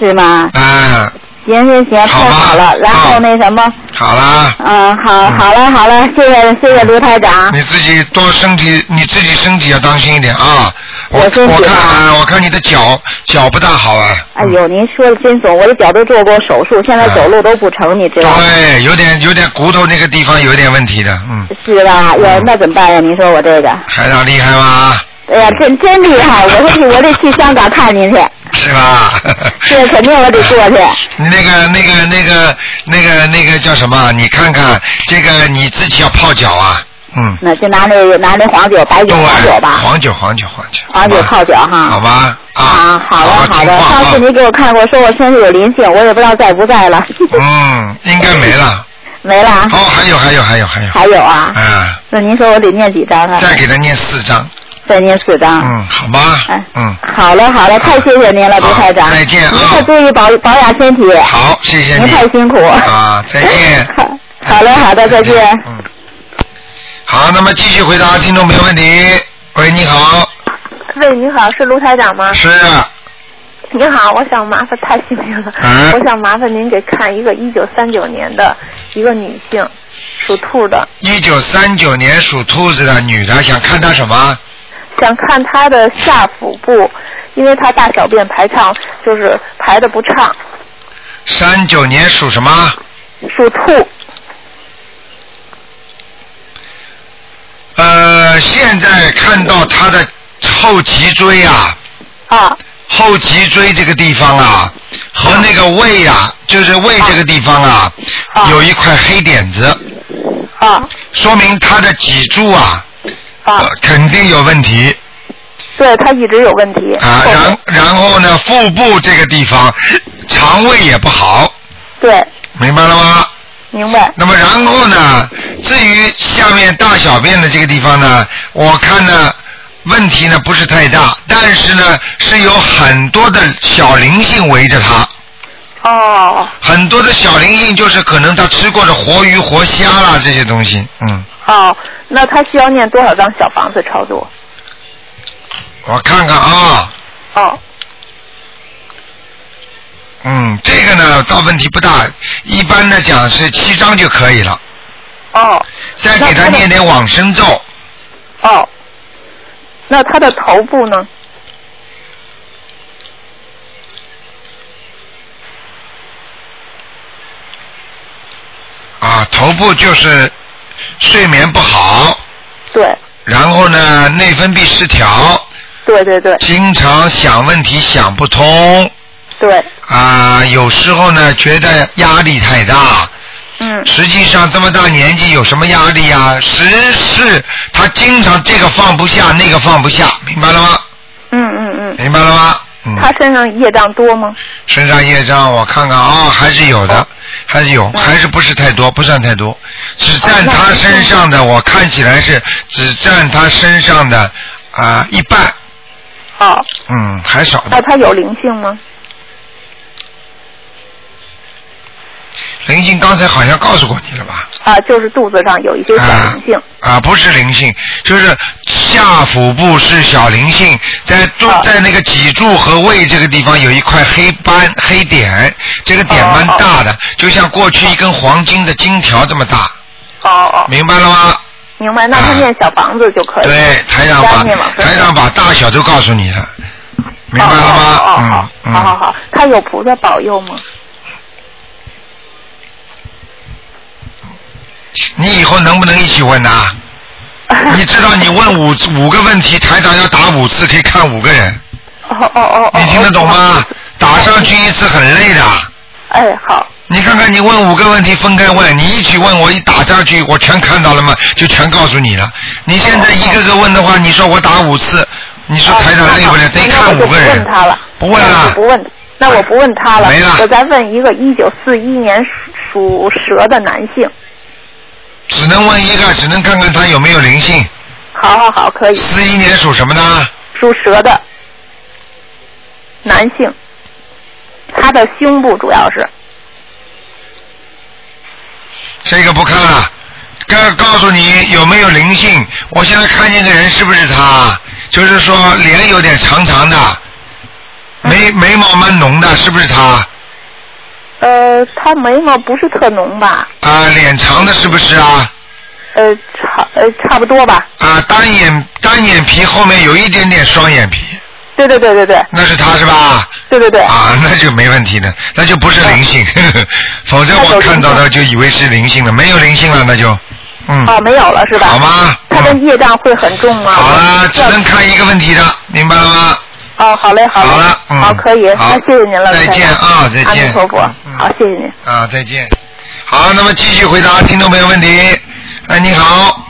[SPEAKER 6] 是吗？
[SPEAKER 1] 啊，
[SPEAKER 6] 行行行，太
[SPEAKER 1] 好吧
[SPEAKER 6] 好了。然
[SPEAKER 1] 好
[SPEAKER 6] 后那什么，
[SPEAKER 1] 好啦，
[SPEAKER 6] 嗯，好，好了，好
[SPEAKER 1] 嗯
[SPEAKER 6] 了，谢谢，谢谢卢台长。
[SPEAKER 1] 你自己多身体，你自己身体要当心一点啊。我
[SPEAKER 6] 我先
[SPEAKER 1] 我
[SPEAKER 6] 写
[SPEAKER 1] 看
[SPEAKER 6] 啊
[SPEAKER 1] 啊，我看你的脚脚不大好啊，
[SPEAKER 6] 哎呦，您说的真准，我的脚都做过手术，现在走路都不成，你知道吗？
[SPEAKER 1] 对，有点有点骨头那个地方有点问题的，嗯，
[SPEAKER 6] 是吧？我那怎么办呀？您说我这个，
[SPEAKER 1] 台长厉害吧？
[SPEAKER 6] 哎呀，真真厉害！我说去，我得去香港看您去，
[SPEAKER 1] 是吧？
[SPEAKER 6] 这肯定我得过去。
[SPEAKER 1] 你那个、那个、那个、那个、那个叫什么？啊你看看这个你自己要泡脚啊，嗯，
[SPEAKER 6] 那就拿那拿那黄酒、白酒、
[SPEAKER 1] 对，
[SPEAKER 6] 黄酒吧，
[SPEAKER 1] 黄酒，黄酒，黄酒，
[SPEAKER 6] 黄酒泡
[SPEAKER 1] 好吧
[SPEAKER 6] 脚哈。
[SPEAKER 1] 好吧，
[SPEAKER 6] 啊，
[SPEAKER 1] 好
[SPEAKER 6] 好的好的，上
[SPEAKER 1] 啊
[SPEAKER 6] 次您给我看过，说我身上有灵性，我也不知道在不在了，
[SPEAKER 1] 嗯，应该没了。
[SPEAKER 6] 没了。啊
[SPEAKER 1] 哦，还有，还有，还有，还有，
[SPEAKER 6] 还有啊，
[SPEAKER 1] 啊，
[SPEAKER 6] 那您说我得念几张啊？
[SPEAKER 1] 再给他念四张，
[SPEAKER 6] 再念四张。
[SPEAKER 1] 嗯，好吧
[SPEAKER 6] 啊哎，
[SPEAKER 1] 嗯，
[SPEAKER 6] 好嘞，好嘞，太谢谢您了，
[SPEAKER 1] 好
[SPEAKER 6] 卢台长。
[SPEAKER 1] 再见啊
[SPEAKER 6] 您可注意保保养身体。
[SPEAKER 1] 好，谢谢
[SPEAKER 6] 您
[SPEAKER 1] 你。
[SPEAKER 6] 太辛苦。
[SPEAKER 1] 啊，再见。 哎
[SPEAKER 6] 好好嘞，好的，再见。
[SPEAKER 1] 嗯。好，那么继续回答听众朋友问题。喂，你好，
[SPEAKER 3] 喂，你好，是卢台长吗？
[SPEAKER 1] 是啊
[SPEAKER 3] 你好，我想麻烦太幸运了，
[SPEAKER 1] 嗯
[SPEAKER 3] 我想麻烦您给看一个一九三九年的一个女性，属兔的，
[SPEAKER 1] 一九三九年属兔子的女的，想看她什么？
[SPEAKER 3] 想看她的下腹部，因为她大小便排畅，就是排的不畅，
[SPEAKER 1] 三九年属什么？
[SPEAKER 3] 属兔，
[SPEAKER 1] 呃，现在看到她的后脊椎啊，
[SPEAKER 3] 啊
[SPEAKER 1] 后脊椎这个地方啊，和那个胃啊，就是胃这个地方啊，
[SPEAKER 3] 啊
[SPEAKER 1] 有一块黑点子，
[SPEAKER 3] 啊
[SPEAKER 1] 说明她的脊柱啊，
[SPEAKER 3] 啊
[SPEAKER 1] 呃，肯定有问题。
[SPEAKER 3] 对她一直有问题，
[SPEAKER 1] 啊，
[SPEAKER 3] 后
[SPEAKER 1] 然
[SPEAKER 3] 面
[SPEAKER 1] 然后呢，腹部这个地方，肠胃也不好，
[SPEAKER 3] 对，
[SPEAKER 1] 明白了吗？
[SPEAKER 3] 明白，
[SPEAKER 1] 那么然后呢，至于下面大小便的这个地方呢，我看呢问题呢不是太大，但是呢是有很多的小灵性围着它，
[SPEAKER 3] 哦
[SPEAKER 1] 很多的小灵性就是可能他吃过的活鱼、活虾啦这些东西，嗯，
[SPEAKER 3] 哦，那她需要念多少张小房子超度？
[SPEAKER 1] 我看看啊，
[SPEAKER 3] 哦
[SPEAKER 1] 嗯，这个呢倒问题不大，一般的讲是七张就可以了，
[SPEAKER 3] 哦
[SPEAKER 1] 再给他念点往生咒。
[SPEAKER 3] 哦，那她的头部呢？
[SPEAKER 1] 啊，头部就是睡眠不好，
[SPEAKER 3] 对
[SPEAKER 1] 然后呢内分泌失调，
[SPEAKER 3] 对对对
[SPEAKER 1] 经常想问题想不通
[SPEAKER 3] 对，
[SPEAKER 1] 啊，有时候呢觉得压力太大。
[SPEAKER 3] 嗯
[SPEAKER 1] 实际上这么大年纪有什么压力啊？实是他经常这个放不下，那个放不下，明白了吗？
[SPEAKER 3] 嗯嗯
[SPEAKER 1] 明白了吗？
[SPEAKER 3] 嗯，他
[SPEAKER 1] 嗯，
[SPEAKER 3] 身上业障多吗？
[SPEAKER 1] 身上业障我看看啊、还是有的，还是有，还是不是太多，不算太多，只占他身上的，我看起来是只占他身上的啊、一半，
[SPEAKER 3] 哦，
[SPEAKER 1] 嗯，还少
[SPEAKER 3] 那
[SPEAKER 1] 的，
[SPEAKER 3] 他有灵性吗？
[SPEAKER 1] 灵性刚才好像告诉过你了吧？
[SPEAKER 3] 啊，就是肚子上有一些小
[SPEAKER 1] 啊
[SPEAKER 3] 灵性。
[SPEAKER 1] 啊，不是灵性，就是下腹部是小灵性，在肚
[SPEAKER 3] 啊
[SPEAKER 1] 在那个脊柱和胃这个地方有一块黑斑黑点，这个点
[SPEAKER 3] 哦
[SPEAKER 1] 蛮大的，就像过去一根黄金的金条这么大，
[SPEAKER 3] 哦哦，
[SPEAKER 1] 明白了吗？
[SPEAKER 3] 明白。那他
[SPEAKER 1] 啊
[SPEAKER 3] 念小房子就可以。
[SPEAKER 1] 对，台长
[SPEAKER 3] 加
[SPEAKER 1] 把
[SPEAKER 3] 念往生咒
[SPEAKER 1] 台长把大小都告诉你了，明白了吗？
[SPEAKER 3] 哦哦哦
[SPEAKER 1] 嗯嗯。
[SPEAKER 3] 好好好，他有菩萨保佑吗？
[SPEAKER 1] 你以后能不能一起问呐、 你知道你问五五个问题，台长要打五次，可以看五个人，
[SPEAKER 3] 哦哦哦哦。
[SPEAKER 1] 你听得懂吗？打上去一次很累的。
[SPEAKER 3] 哎，好，
[SPEAKER 1] 你看看，你问五个问题分开问，你一起问，我一打上去，我全看到了吗？就全告诉你了。你现在一个个问的话，你说我打五次，你说台长累不累？
[SPEAKER 3] 哦
[SPEAKER 1] 得
[SPEAKER 3] 那好
[SPEAKER 1] 看五个人。
[SPEAKER 3] 那我就不问他了，
[SPEAKER 1] 不问
[SPEAKER 3] 那我
[SPEAKER 1] 了
[SPEAKER 3] 就不。问。那我不问他了，
[SPEAKER 1] 啊没了
[SPEAKER 3] 我再问一个一九四一年属蛇的男性。
[SPEAKER 1] 只能问一个，只能看看他有没有灵性。
[SPEAKER 3] 哎好好好，可以。
[SPEAKER 1] 四一年属什么呢？
[SPEAKER 3] 属蛇的男性，他的胸部主要是
[SPEAKER 1] 这个不看了。告告诉你有没有灵性？我现在看见个人是不是他？就是说脸有点长长的，
[SPEAKER 8] 嗯
[SPEAKER 1] 眉眉毛蛮浓的，是不是他？啊、
[SPEAKER 3] 呃，他眉毛不是特浓吧？
[SPEAKER 1] 脸长的是不是啊？
[SPEAKER 8] 呃差呃差不多吧。
[SPEAKER 1] 啊，单眼单眼皮后面有一点点双眼皮，
[SPEAKER 8] 对对对对对
[SPEAKER 1] 那是他是吧？
[SPEAKER 8] 对对对。
[SPEAKER 1] 啊，那就没问题的，那就不是灵性， 否则我看到的就以为是灵性了，没有灵性了那就，嗯，
[SPEAKER 8] 哦，没有了是吧？
[SPEAKER 1] 好吗？
[SPEAKER 8] 他的
[SPEAKER 1] 嗯
[SPEAKER 8] 业障会很重吗？
[SPEAKER 1] 好了，
[SPEAKER 8] 要
[SPEAKER 1] 只能看一个问题的，明白了吗？
[SPEAKER 8] 哦，好嘞，好嘞，
[SPEAKER 1] 好了嗯
[SPEAKER 8] 好可以，
[SPEAKER 1] 好
[SPEAKER 8] 那谢谢您了，
[SPEAKER 1] 再见啊再见
[SPEAKER 8] 阿弥陀佛
[SPEAKER 1] 嗯，
[SPEAKER 8] 好，谢谢您。
[SPEAKER 1] 啊，再见。好，那么继续回答听众朋友问题。哎，你好，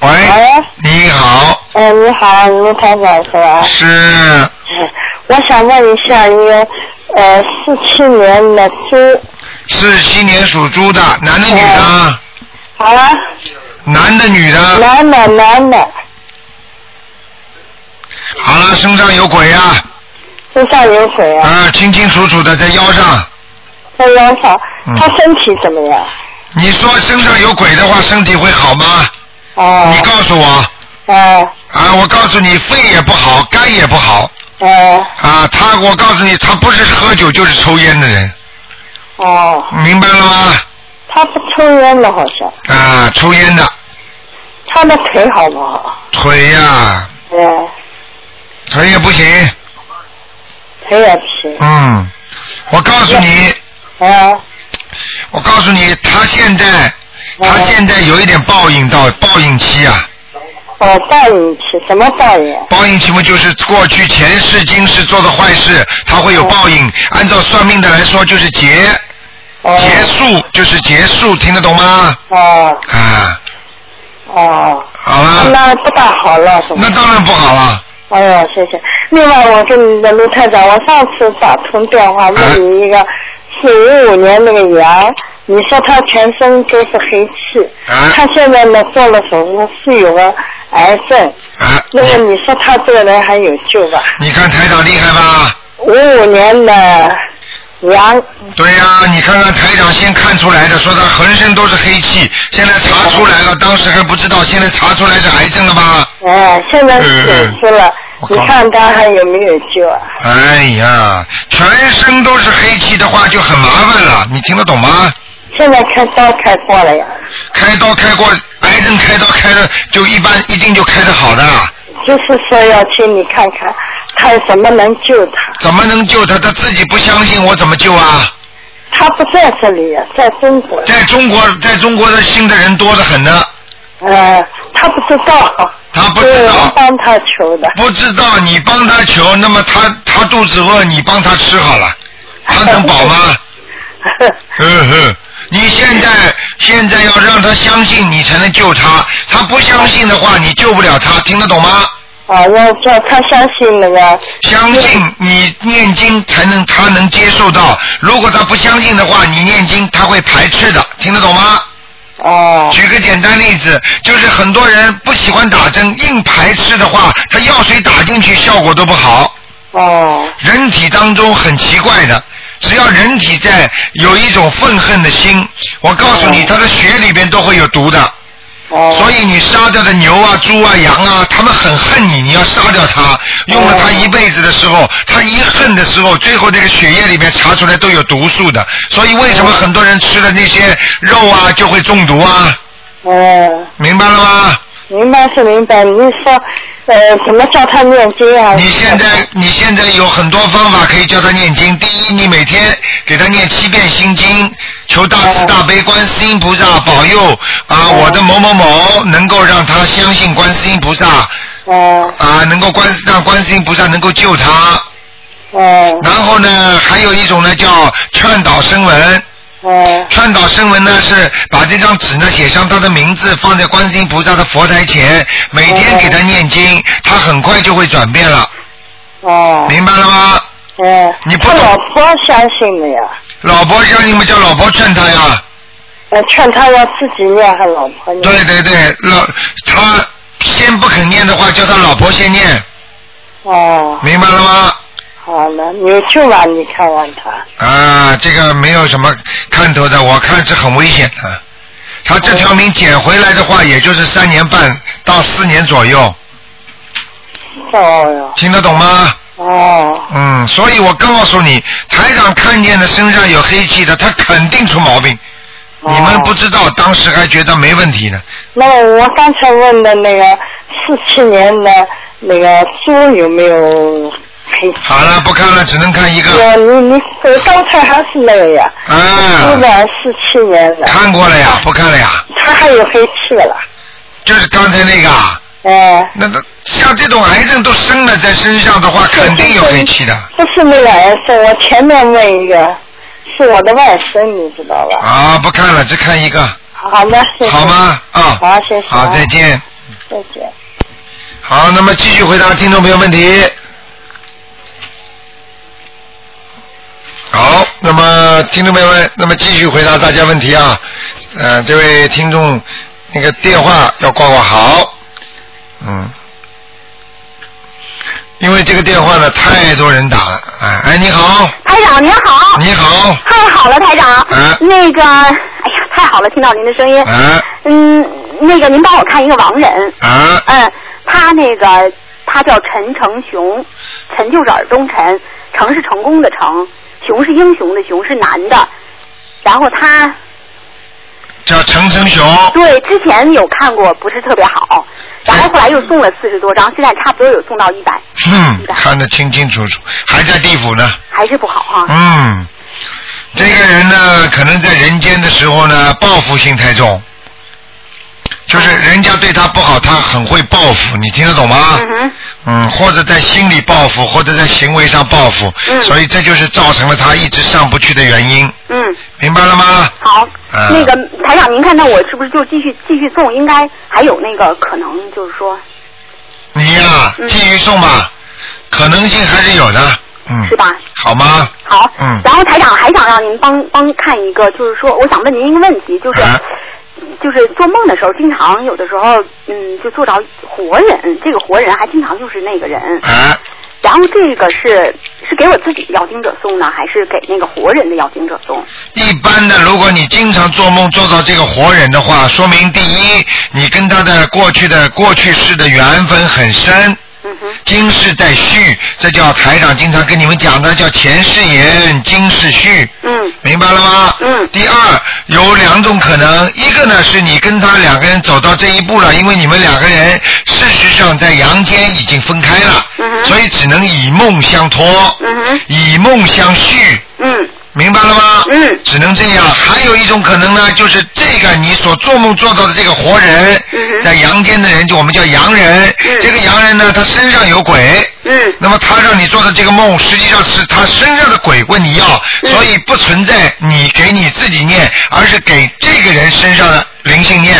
[SPEAKER 1] 喂，
[SPEAKER 3] 喂
[SPEAKER 1] 你好，
[SPEAKER 3] 哎，你好，卢台长是吧？
[SPEAKER 1] 是
[SPEAKER 3] 我想问一下，你呃四七年的猪，
[SPEAKER 1] 是七年属猪的，男的女的？
[SPEAKER 3] 好了，
[SPEAKER 1] 男的女的？
[SPEAKER 3] 男的男的，
[SPEAKER 1] 好了，身上有鬼啊！
[SPEAKER 3] 身上有水啊，
[SPEAKER 1] 啊，清清楚楚的在腰上。
[SPEAKER 3] 在腰上
[SPEAKER 1] 嗯，
[SPEAKER 3] 他身体怎么样？
[SPEAKER 1] 你说身上有鬼的话，身体会好吗？
[SPEAKER 3] 哦
[SPEAKER 1] 你告诉我
[SPEAKER 3] 哦
[SPEAKER 1] 啊！我告诉你，肺也不好，肝也不好
[SPEAKER 3] 哦
[SPEAKER 1] 啊！他，我告诉你，他不是喝酒就是抽烟的人，
[SPEAKER 3] 哦，
[SPEAKER 1] 明白了吗？
[SPEAKER 3] 他不抽烟的好像，
[SPEAKER 1] 啊，抽烟的
[SPEAKER 3] 他的腿好不好？
[SPEAKER 1] 腿呀、
[SPEAKER 3] 嗯，
[SPEAKER 1] 腿也不行。
[SPEAKER 3] 腿也不行。
[SPEAKER 1] 嗯，我告诉你，嗯
[SPEAKER 3] 啊
[SPEAKER 1] 我告诉你，他现在他现在有一点报应到报应期啊，
[SPEAKER 3] 哦，报应期什么报应？
[SPEAKER 1] 报应期嘛就是过去前世今世做的坏事，他会有报应。按照算命的来说，就是结
[SPEAKER 3] 哦
[SPEAKER 1] 结束，就是结束，听得懂吗？
[SPEAKER 3] 哦
[SPEAKER 1] 啊，
[SPEAKER 3] 哦，
[SPEAKER 1] 好了，
[SPEAKER 3] 那不大好了，是吧？
[SPEAKER 1] 那当然不好了。
[SPEAKER 3] 哎呀，谢谢。另外，我跟你的卢台长，我上次打通电
[SPEAKER 1] 啊
[SPEAKER 3] 话问你一个是五五年那个羊，你说他全身都是黑气，
[SPEAKER 1] 啊
[SPEAKER 3] 他现在呢做了手术是有个癌症，
[SPEAKER 1] 啊，
[SPEAKER 3] 那么你说他这个人还有救吧？
[SPEAKER 1] 你看台长厉害吧？
[SPEAKER 3] 五五年的羊，
[SPEAKER 1] 对呀、你看看台长先看出来的，说他浑身都是黑气，现在查出来了，当时还不知道，现在查出来是癌症了吧？
[SPEAKER 3] 哎，现在是
[SPEAKER 1] 嗯
[SPEAKER 3] 手术了，
[SPEAKER 1] 我靠
[SPEAKER 3] 你看他还有没有救啊？
[SPEAKER 1] 哎呀，全身都是黑气的话就很麻烦了，你听得懂吗？
[SPEAKER 3] 现在开刀开过了呀，
[SPEAKER 1] 开刀开过，癌症开刀开的就一般一定就开的好的，
[SPEAKER 3] 就是说要去你看看，看什么能救他。
[SPEAKER 1] 怎么能救他？他自己不相信，我怎么救啊？
[SPEAKER 3] 他不在这里呀，在中国。
[SPEAKER 1] 在中国，在中国的信的人多得很呢，
[SPEAKER 3] 呃，他不知道，
[SPEAKER 1] 他不
[SPEAKER 3] 有
[SPEAKER 1] 知
[SPEAKER 3] 人
[SPEAKER 1] 道，
[SPEAKER 3] 帮他求的。
[SPEAKER 1] 不知道你帮他求，那么他他肚子饿，你帮他吃好了，他能饱吗？嗯哼，你现在现在要让他相信，你才能救他。他不相信的话，你救不了他，听得懂吗？
[SPEAKER 3] 啊，要叫他相信那个，
[SPEAKER 1] 相信你念经才能他能接受到。如果他不相信的话，你念经他会排斥的，听得懂吗？
[SPEAKER 3] 哦
[SPEAKER 1] 举个简单例子，就是很多人不喜欢打针，硬排斥的话，他药水打进去效果都不好。
[SPEAKER 3] 哦
[SPEAKER 1] 人体当中很奇怪的，只要人体在有一种愤恨的心，我告诉你，他的血里边都会有毒的。
[SPEAKER 3] 哦，
[SPEAKER 1] 所以你杀掉的牛啊、猪啊、羊啊，他们很恨你，你要杀掉它。用了
[SPEAKER 3] 哦
[SPEAKER 1] 它一辈子的时候，它一恨的时候，最后这个血液里面查出来都有毒素的。所以为什
[SPEAKER 3] 哦
[SPEAKER 1] 么很多人吃了那些肉啊就会中毒啊？
[SPEAKER 3] 嗯，
[SPEAKER 1] 明白了吗？
[SPEAKER 3] 明白是明白。你说，呃，怎么叫他念经啊？
[SPEAKER 1] 你现在你现在有很多方法可以教他念经。第一，你每天给他念七遍心经，求大慈大悲观世音菩萨保佑啊，我的某某某能够让他相信观世音菩萨。
[SPEAKER 3] 嗯
[SPEAKER 1] 啊，能够观让观世音菩萨能够救他。
[SPEAKER 3] 嗯
[SPEAKER 1] 然后呢，还有一种呢叫劝导声闻，
[SPEAKER 3] 嗯
[SPEAKER 1] 劝导声闻呢是把这张纸呢写上他的名字，放在观世音菩萨的佛台前，每天给他念经，他很快就会转变了，
[SPEAKER 3] 哦
[SPEAKER 1] 明白了吗？
[SPEAKER 3] 嗯，
[SPEAKER 1] 你不
[SPEAKER 3] 他
[SPEAKER 1] 懂
[SPEAKER 3] 老婆相信的呀，
[SPEAKER 1] 老婆相信吗？叫老婆劝他呀。
[SPEAKER 3] 呃，劝他要自己念，还老婆念。
[SPEAKER 1] 对对对，老他先不肯念的话，叫他老婆先念，
[SPEAKER 3] 哦，
[SPEAKER 1] 明白了吗？
[SPEAKER 3] 好了，有救吧？你看望他。
[SPEAKER 1] 啊，这个没有什么看头的，我看是很危险的。他这条命捡回来的话，也就是三年半到四年左右，
[SPEAKER 3] 哦哟，
[SPEAKER 1] 听得懂吗？
[SPEAKER 3] 哦。
[SPEAKER 1] 嗯，所以我告诉你，台长看见的身上有黑气的，他肯定出毛病，你们不知道，当时还觉得没问题呢。
[SPEAKER 9] 那么我刚才问的那个四七年的那个猪有没有黑？
[SPEAKER 1] 好了，不看了，只能看一个。
[SPEAKER 9] 我你你我刚才还是那个呀，
[SPEAKER 1] 啊，
[SPEAKER 9] 猪的四七年的，
[SPEAKER 1] 看过了呀，不看了呀，
[SPEAKER 9] 它还有黑气了，
[SPEAKER 1] 就是刚才那个啊。
[SPEAKER 9] 哎，
[SPEAKER 1] 那那像这种癌症都生了在身上的话，肯定有黑气的
[SPEAKER 9] 不是那个儿子，我前面问一个，是我的外甥，你知道吧？
[SPEAKER 1] 啊！不看了，只看一个，
[SPEAKER 9] 好的，谢谢。
[SPEAKER 1] 好？吗？啊，
[SPEAKER 9] 好，谢谢。
[SPEAKER 1] 好，再。见。
[SPEAKER 9] 再见。
[SPEAKER 1] 好，那么继续回答听众朋友问题。好，那么听众朋友们，那么继续回答大家问题啊。呃，这位听众，那个电话要挂挂好。嗯。因为这个电话呢，太多人打了。哎哎，你好，
[SPEAKER 3] 台长您好，
[SPEAKER 1] 你好，
[SPEAKER 3] 太好了，台长。
[SPEAKER 1] 嗯
[SPEAKER 3] 那个，哎呀，太好了，听到您的声音。
[SPEAKER 1] 哎
[SPEAKER 3] 嗯，那个您帮我看一个亡人。
[SPEAKER 1] 哎，
[SPEAKER 3] 嗯，他那个他叫陈成雄，陈就是耳东陈，成是成功的成，雄是英雄的雄，是男的。然后他
[SPEAKER 1] 叫陈成雄。
[SPEAKER 3] 对之前有看过，不是特别好，然后后来又送了四十多张，现在差不多有送到一百，
[SPEAKER 1] 哼，看得清清楚楚，还在地府呢。
[SPEAKER 3] 还是不好哈、
[SPEAKER 1] 嗯，这个人呢，可能在人间的时候呢，报复心太重，就是人家对他不好，他很会报复，你听得懂吗？
[SPEAKER 3] 嗯哼，
[SPEAKER 1] 嗯，或者在心里报复，或者在行为上报复，
[SPEAKER 3] 嗯
[SPEAKER 1] 所以这就是造成了他一直上不去的原因，
[SPEAKER 3] 嗯，
[SPEAKER 1] 明白了吗？
[SPEAKER 3] 好。
[SPEAKER 1] 啊、
[SPEAKER 3] 那个台长，您看那我是不是就继续继续送？应该还有那个可能，就是说，
[SPEAKER 1] 你呀、
[SPEAKER 3] 嗯
[SPEAKER 1] 继续送吧，可能性还是有的，嗯
[SPEAKER 3] 是，吧？
[SPEAKER 1] 好吗？
[SPEAKER 3] 好。
[SPEAKER 1] 嗯
[SPEAKER 3] 然后台长还想让您帮帮看一个，就是说，我想问您一个问题，就是、
[SPEAKER 1] 啊
[SPEAKER 3] 就是做梦的时候，经常有的时候，嗯，就做着活人，这个活人还经常就是那个人。
[SPEAKER 1] 啊，
[SPEAKER 3] 然后这个是是给我自己要经者送呢，还是给那个活人的要经者送？
[SPEAKER 1] 一般的，如果你经常做梦做到这个活人的话，说明第一，你跟他的过去的过去世的缘分很深，
[SPEAKER 3] 嗯哼，
[SPEAKER 1] 今世在续，这叫台长经常跟你们讲的叫前世缘，今世续。
[SPEAKER 3] 嗯
[SPEAKER 1] 明白了吗？
[SPEAKER 3] 嗯
[SPEAKER 1] 第二，有两种可能，一个呢是你跟他两个人走到这一步了，因为你们两个人事实上在阳间已经分开了，
[SPEAKER 3] 嗯哼
[SPEAKER 1] 所以只能以梦相托，
[SPEAKER 3] 嗯哼
[SPEAKER 1] 以梦相续，
[SPEAKER 3] 嗯
[SPEAKER 1] 明白了吗？
[SPEAKER 3] 嗯
[SPEAKER 1] 只能这样。还有一种可能呢，就是这个你所做梦做到的这个活人，
[SPEAKER 3] 嗯哼
[SPEAKER 1] 在阳间的人，就我们叫阳人。
[SPEAKER 3] 嗯
[SPEAKER 1] 这个阳人呢，他身上有鬼。
[SPEAKER 3] 嗯
[SPEAKER 1] 那么他让你做的这个梦，实际上是他身上的鬼问你要，
[SPEAKER 3] 嗯
[SPEAKER 1] 所以不存在你给你自己念，而是给这个人身上的灵性念。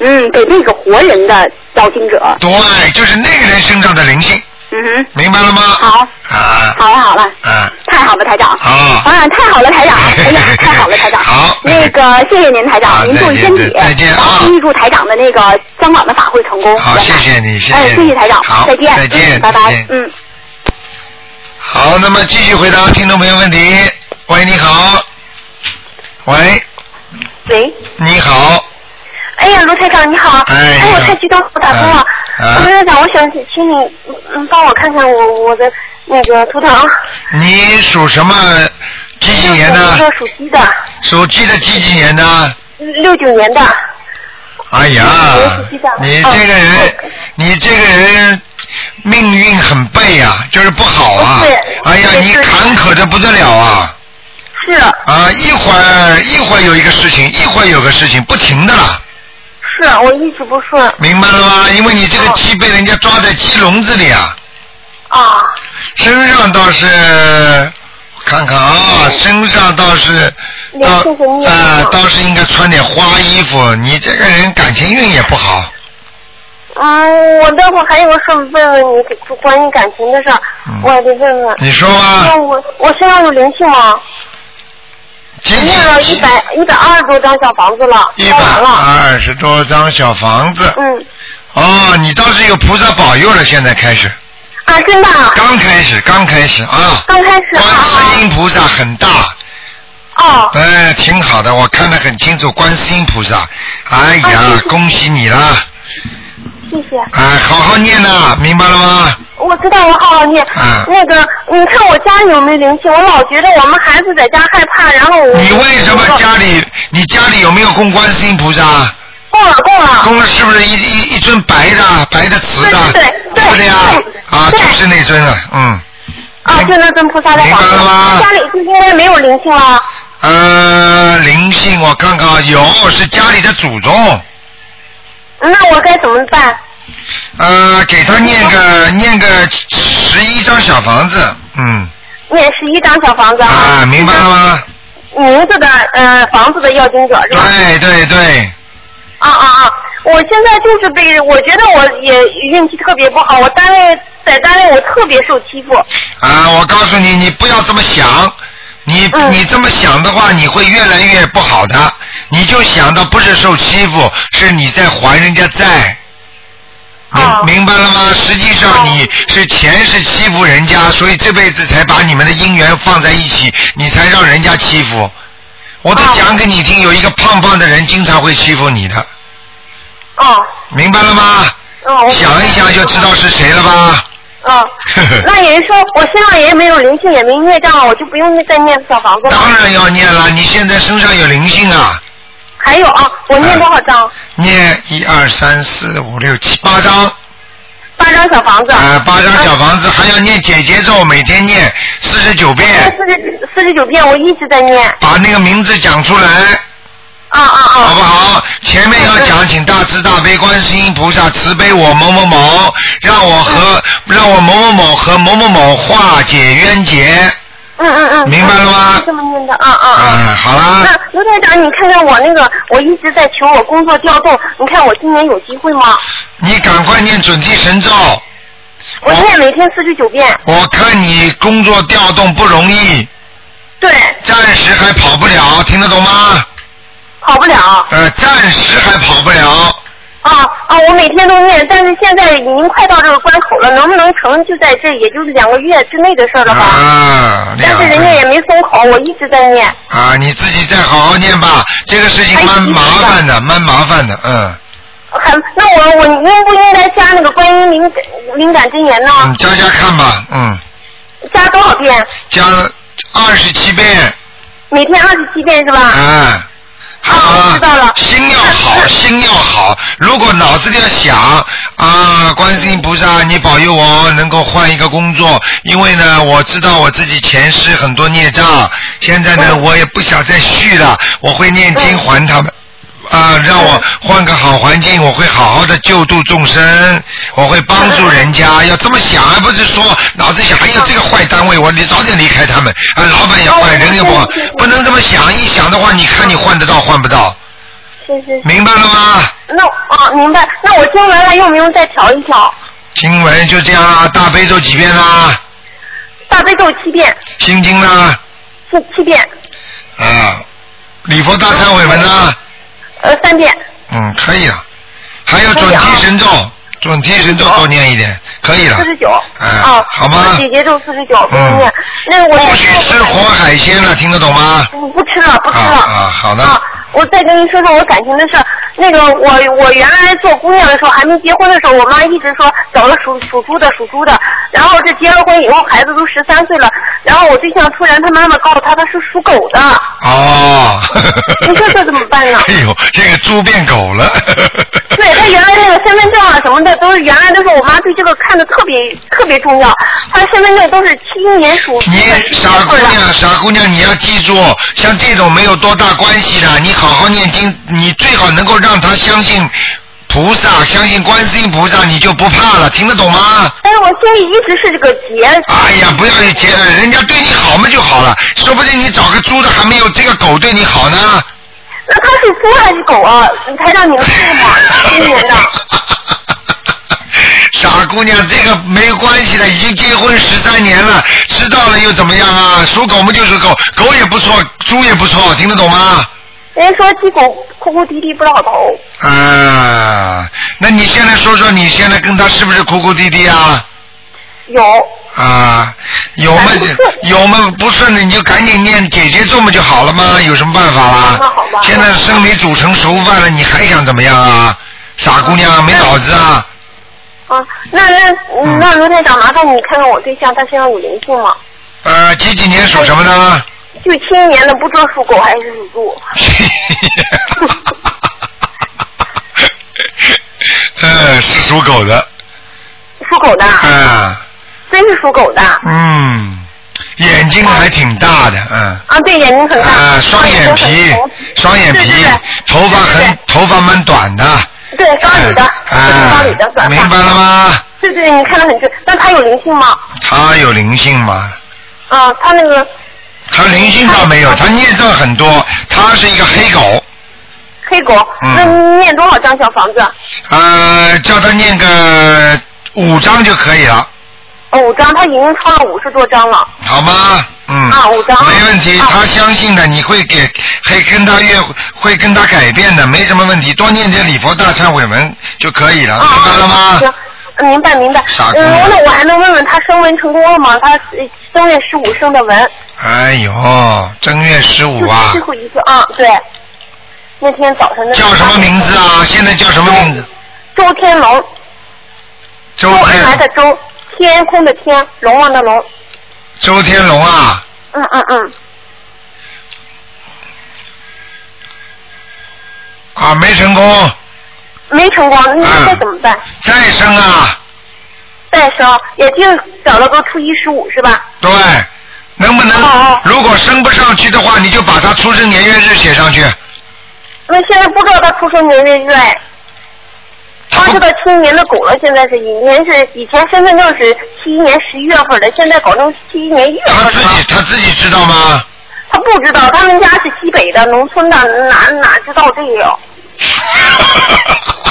[SPEAKER 3] 嗯，给那个活人的要经者。
[SPEAKER 1] 对，就是那个人身上的灵性，
[SPEAKER 3] 嗯哼，
[SPEAKER 1] 明白了吗？
[SPEAKER 3] 好，
[SPEAKER 1] 啊
[SPEAKER 3] 好了好了。
[SPEAKER 1] 啊
[SPEAKER 3] 太好了，台长。
[SPEAKER 1] 好
[SPEAKER 3] 啊，太好了，台长。哎呀，太好了，台长。
[SPEAKER 1] 好
[SPEAKER 3] 那个，谢谢您，台
[SPEAKER 1] 啊
[SPEAKER 3] 长，您注意身体。
[SPEAKER 1] 再见再见啊
[SPEAKER 3] 然后预祝台长的那个香港的法会成功。
[SPEAKER 1] 好
[SPEAKER 3] 台长
[SPEAKER 1] 谢谢你谢谢
[SPEAKER 3] 哎，谢
[SPEAKER 1] 你
[SPEAKER 3] 谢台长。
[SPEAKER 1] 好
[SPEAKER 3] 再见。
[SPEAKER 1] 再见
[SPEAKER 3] 嗯拜
[SPEAKER 1] 再
[SPEAKER 3] 拜
[SPEAKER 1] 见。
[SPEAKER 3] 嗯，
[SPEAKER 1] 好，那么继续回答听众朋友问题。喂，你好。喂，
[SPEAKER 10] 喂，
[SPEAKER 1] 你好。
[SPEAKER 10] 哎呀，卢台长你好，
[SPEAKER 1] 哎你好
[SPEAKER 10] 我太激动了，我打通了。
[SPEAKER 1] 哎哎
[SPEAKER 10] 卢台长，我想请你嗯嗯帮我看看我我的那个图腾，
[SPEAKER 1] 你属什么？几几年
[SPEAKER 10] 就是
[SPEAKER 1] 的？
[SPEAKER 10] 说属鸡的，
[SPEAKER 1] 属鸡的几几年的？
[SPEAKER 10] 六九年的。
[SPEAKER 1] 哎呀，你这个人，你这个人命运很背啊，就是不好啊
[SPEAKER 10] 对。
[SPEAKER 1] 哎呀，你坎坷的不得了啊！
[SPEAKER 10] 是
[SPEAKER 1] 啊，一会儿一会儿有一个事情，一会儿有个事情，不停的啦，
[SPEAKER 10] 是，我一直不顺
[SPEAKER 1] 明白了吗？因为你这个鸡被人家抓在鸡笼子里啊，
[SPEAKER 10] 啊，
[SPEAKER 1] 身上倒是。看看啊，身上倒是，
[SPEAKER 10] 脸
[SPEAKER 1] 倒啊
[SPEAKER 10] 色红、
[SPEAKER 1] 呃倒是应该穿点花衣服。你这个人感情运也不好，
[SPEAKER 10] 嗯，我待会儿还有个事儿问问你，关于感情的事儿，
[SPEAKER 1] 嗯
[SPEAKER 10] 我也得问问。
[SPEAKER 1] 你说吧
[SPEAKER 10] 那。我我身上有灵性吗？
[SPEAKER 1] 几几
[SPEAKER 10] 念了一百一百二十多张小房子了，
[SPEAKER 1] 一
[SPEAKER 10] 烧
[SPEAKER 1] 百啊
[SPEAKER 10] 完了。
[SPEAKER 1] 二十多张小房子。
[SPEAKER 10] 嗯，
[SPEAKER 1] 哦，你倒是有菩萨保佑了，现在开始，
[SPEAKER 10] 啊，真的啊，
[SPEAKER 1] 刚开始，刚开始啊。
[SPEAKER 10] 刚开始
[SPEAKER 1] 观世
[SPEAKER 10] 啊
[SPEAKER 1] 音菩萨很大，
[SPEAKER 10] 啊，哦，
[SPEAKER 1] 哎，挺好的，我看得很清楚，观世音菩萨。哎
[SPEAKER 10] 啊
[SPEAKER 1] 呀，恭喜你啦！
[SPEAKER 10] 谢谢，
[SPEAKER 1] 哎，好好念呐，明白了吗？
[SPEAKER 10] 我
[SPEAKER 3] 我知道我好好念。
[SPEAKER 1] 嗯
[SPEAKER 3] 那个，你看我家里有没有灵性？我老觉得我们孩子在家害怕，然后我
[SPEAKER 1] 你为什么家里你家里有没有供观世音菩萨？啊
[SPEAKER 3] 供了供了。
[SPEAKER 1] 供了是不是一一一尊白的啊白的瓷的？
[SPEAKER 3] 啊对对
[SPEAKER 1] 不对呀？啊，就是那尊了，嗯。
[SPEAKER 3] 啊，就那尊菩萨在
[SPEAKER 1] 明白
[SPEAKER 3] 房
[SPEAKER 1] 了吗
[SPEAKER 3] 间，家里就应该没有灵性了。
[SPEAKER 1] 呃，灵性我看看啊，有是家里的祖宗。
[SPEAKER 3] 那我该怎么办？
[SPEAKER 1] 呃，给他念个
[SPEAKER 3] 嗯
[SPEAKER 1] 念个十一张小房子，嗯，
[SPEAKER 3] 念十一张小房子嗯
[SPEAKER 1] 啊，明白了吗？
[SPEAKER 3] 名字的呃房子的要经者是吧？
[SPEAKER 1] 对对对，
[SPEAKER 3] 啊啊啊！我现在就是被，我觉得我也运气特别不好，我单位在单位我特别受欺负。
[SPEAKER 1] 啊，我告诉你，你不要这么想，你、你这么想的话，你会越来越不好的。你就想到不是受欺负，是你在还人家债。明、明白了吗？实际上你是前世欺负人家，所以这辈子才把你们的姻缘放在一起，你才让人家欺负。我都讲给你听，有一个胖胖的人经常会欺负你的。
[SPEAKER 3] 哦。
[SPEAKER 1] 明白了吗？
[SPEAKER 3] 嗯，我
[SPEAKER 1] 想一想就知道是谁了吧？
[SPEAKER 3] 嗯，那也就是说我身上也没有灵性，也没孽障了，我就不用再念小房子了。
[SPEAKER 1] 当然要念了，你现在身上有灵性啊！
[SPEAKER 3] 还有啊，我念多少张？
[SPEAKER 1] 嗯念一二三四五六七八张。
[SPEAKER 3] 八张小房子。
[SPEAKER 1] 啊，八张小房子，还要念姐姐咒，每天念四十九遍，
[SPEAKER 3] 四十四十九遍，我一直在念。
[SPEAKER 1] 把那个名字讲出来。
[SPEAKER 3] 啊啊啊！
[SPEAKER 1] 好不好？前面要讲，请大慈大悲观世音菩萨慈悲我某某某，让我
[SPEAKER 3] 啊
[SPEAKER 1] 和让我某某某和某某某化解冤结。
[SPEAKER 3] 嗯嗯嗯。
[SPEAKER 1] 明白了吗
[SPEAKER 3] 嗯这么念的，啊啊啊！
[SPEAKER 1] 嗯，好啦。
[SPEAKER 3] 那卢台长，你看看我那个，我一直在求我工作调动，你看我今年有机会吗？
[SPEAKER 1] 你赶快念准提神咒。
[SPEAKER 3] 我
[SPEAKER 1] 哎
[SPEAKER 3] 念每天四十九遍。
[SPEAKER 1] 我看你工作调动不容易。
[SPEAKER 3] 对。
[SPEAKER 1] 暂时还跑不了，听得懂吗？
[SPEAKER 3] 跑不了。
[SPEAKER 1] 呃，暂时还跑不了。
[SPEAKER 3] 啊啊！我每天都念，但是现在已经快到这个关口了，能不能成就在这，也就是两个月之内的事儿了吧？
[SPEAKER 1] 啊，
[SPEAKER 3] 但
[SPEAKER 1] 两
[SPEAKER 3] 是人家也没松口，我一直在念。
[SPEAKER 1] 啊，你自己再好好念吧，这个
[SPEAKER 3] 哎
[SPEAKER 1] 事情蛮麻烦的，蛮麻烦的，
[SPEAKER 3] 啊
[SPEAKER 1] 嗯。
[SPEAKER 3] 很，那我我应不应该加那个观音灵感灵感真言呢？
[SPEAKER 1] 嗯，加加看吧，嗯，
[SPEAKER 3] 加多少遍？
[SPEAKER 1] 加二十七遍，
[SPEAKER 3] 每天二十七遍是吧？
[SPEAKER 1] 嗯，好、知道了。啊心要 好，心要好。如果脑子里要想啊，观世音菩萨，你保佑我能够换一个工作，因为呢，我知道我自己前世很多孽障，现在呢，我也不想再续了，我会念经还他们。啊，让我换个好环境，我会好好的救度众生，我会帮助人家。要这么想，而不是说脑子想，哎呀，这个坏单位，我你早点离开他们。啊，老板也坏，人也不好，不能这么想。一想的话，你看你换得到换不到？
[SPEAKER 3] 是是。
[SPEAKER 1] 明白了吗？
[SPEAKER 3] 那啊，明白。那我听完了用不用再调一调？
[SPEAKER 1] 经文就这样啦，大悲咒几遍啦，
[SPEAKER 3] 大悲咒七遍，
[SPEAKER 1] 心经啦，
[SPEAKER 3] 七七遍，
[SPEAKER 1] 啊，礼佛大忏悔文啦，
[SPEAKER 3] 呃，三遍。
[SPEAKER 1] 嗯，可以了。还有准提神咒，准提神咒多念一点，可以了
[SPEAKER 3] 四。十九。
[SPEAKER 1] 哎
[SPEAKER 3] 啊，
[SPEAKER 1] 好吗
[SPEAKER 3] 姐姐咒四十九，不
[SPEAKER 1] 嗯
[SPEAKER 3] 念。那我
[SPEAKER 1] 不许吃活海鲜了，听得懂吗？
[SPEAKER 3] 我不吃了，不吃了。
[SPEAKER 1] 啊，好的。
[SPEAKER 3] 我再跟您说说我感情的事儿。那个我我原来做姑娘的时候，还没结婚的时候，我妈一直说找个属属猪的属猪的。然后这结了婚以后，孩子都十三岁了。然后我对象突然他妈妈告诉他他是属狗的，
[SPEAKER 1] 哦。
[SPEAKER 3] 你说这怎么办呢？
[SPEAKER 1] 哎呦，这个猪变狗了。
[SPEAKER 3] 对他原来那个身份证啊什么的，都是原来都是我妈对这个看的特别特别重要。他身份证都是七一年属 猪
[SPEAKER 1] 你
[SPEAKER 3] 的。
[SPEAKER 1] 傻姑娘，傻姑娘，你要记住，像这种没有多大关系的，你好好念经，你最好能够让她相信菩萨，相信观世音菩萨，你就不怕了，听得懂吗？
[SPEAKER 3] 但是我心里一直是这个结。
[SPEAKER 1] 哎呀，不要有结，人家对你好嘛就好了，说不定你找个猪的还没有这个狗对你好呢。
[SPEAKER 3] 那他是猪还是狗啊？台长，你们看吗？ 今年的。
[SPEAKER 1] 傻姑娘，这个没有关系的，已经结婚十三年了，知道了又怎么样啊？属狗嘛就属狗，狗也不错，猪也不错，听得懂吗？
[SPEAKER 3] 人家说鸡狗哭哭啼啼不老头，
[SPEAKER 1] 啊，那你现在说说，你现在跟他是不是哭哭啼啼啊？
[SPEAKER 3] 有
[SPEAKER 1] 啊，有嘛有嘛不顺的，你就赶紧念姐姐咒嘛就好了嘛，有什么办法啦？现在生米煮成熟饭了，你还想怎么样啊？傻姑娘没脑子啊！
[SPEAKER 3] 啊，那那嗯那卢台长，麻烦你看看我对象，他身上有灵性吗？
[SPEAKER 1] 呃，几几年属什么 的？
[SPEAKER 3] 就七一年的，不知道属狗还是属猪。
[SPEAKER 1] 嗯，是属狗的。
[SPEAKER 3] 属狗的，
[SPEAKER 1] 啊，
[SPEAKER 3] 真是属狗的啊！
[SPEAKER 1] 嗯，眼睛还挺大的，嗯。
[SPEAKER 3] 对，眼睛很大，
[SPEAKER 1] 啊，双眼皮，双眼皮，头发很，头发蛮短的，
[SPEAKER 3] 对，双女的，
[SPEAKER 1] 啊
[SPEAKER 3] 双女的，短发
[SPEAKER 1] 明白了吗？
[SPEAKER 3] 对对，你看得很准。那他有灵性吗？
[SPEAKER 1] 他有灵性吗？
[SPEAKER 3] 啊，他那个
[SPEAKER 1] 他灵性倒没有，他孽障很多，他是一个黑狗，
[SPEAKER 3] 黑狗，
[SPEAKER 1] 嗯
[SPEAKER 3] 那念多少张小房子？
[SPEAKER 1] 呃，叫他念个五章就可以了，
[SPEAKER 3] 哦，五张，他已经抄了五十多张了。
[SPEAKER 1] 好吗？嗯，
[SPEAKER 3] 啊，五张。
[SPEAKER 1] 没问题，他相信的，你会给，会跟他越，会跟他改变的，没什么问题，多念点礼佛大忏悔文就可以了，啊
[SPEAKER 3] 啊
[SPEAKER 1] 明白了吗？
[SPEAKER 3] 行，嗯明白明白。
[SPEAKER 1] 傻姑
[SPEAKER 3] 嗯，
[SPEAKER 1] 娘
[SPEAKER 3] 那我还能问问他升文成功了吗？他呃正月十五升的文，
[SPEAKER 1] 哎呦，正月十
[SPEAKER 3] 就
[SPEAKER 1] 五
[SPEAKER 3] 是
[SPEAKER 1] 啊
[SPEAKER 3] 最，后一次啊，对。那天早晨的。
[SPEAKER 1] 叫什么名字啊？现在叫什么名字？
[SPEAKER 3] 周天龙，
[SPEAKER 1] 周
[SPEAKER 3] 周恩来
[SPEAKER 1] 天
[SPEAKER 3] 的周，天空的天，龙王的龙。
[SPEAKER 1] 周天龙啊，
[SPEAKER 3] 嗯嗯嗯，
[SPEAKER 1] 啊没成功，
[SPEAKER 3] 没成功，
[SPEAKER 1] 嗯
[SPEAKER 3] 那现在怎么办？
[SPEAKER 1] 再生啊，
[SPEAKER 3] 再生，也就找了个初一十五是吧？
[SPEAKER 1] 对，能不
[SPEAKER 3] 哦
[SPEAKER 1] 能？如果升不上去的话，你就把他出生年月日写上去。
[SPEAKER 3] 那现在不知道他出生年月日哎。他是个七一年的狗了，现在是以前是以前身份证是七一年十一月份的，现在搞成七一年一月份的。
[SPEAKER 1] 他自己知道吗？
[SPEAKER 3] 他不知道，他们家是西北的农村的，哪哪知道这个哟？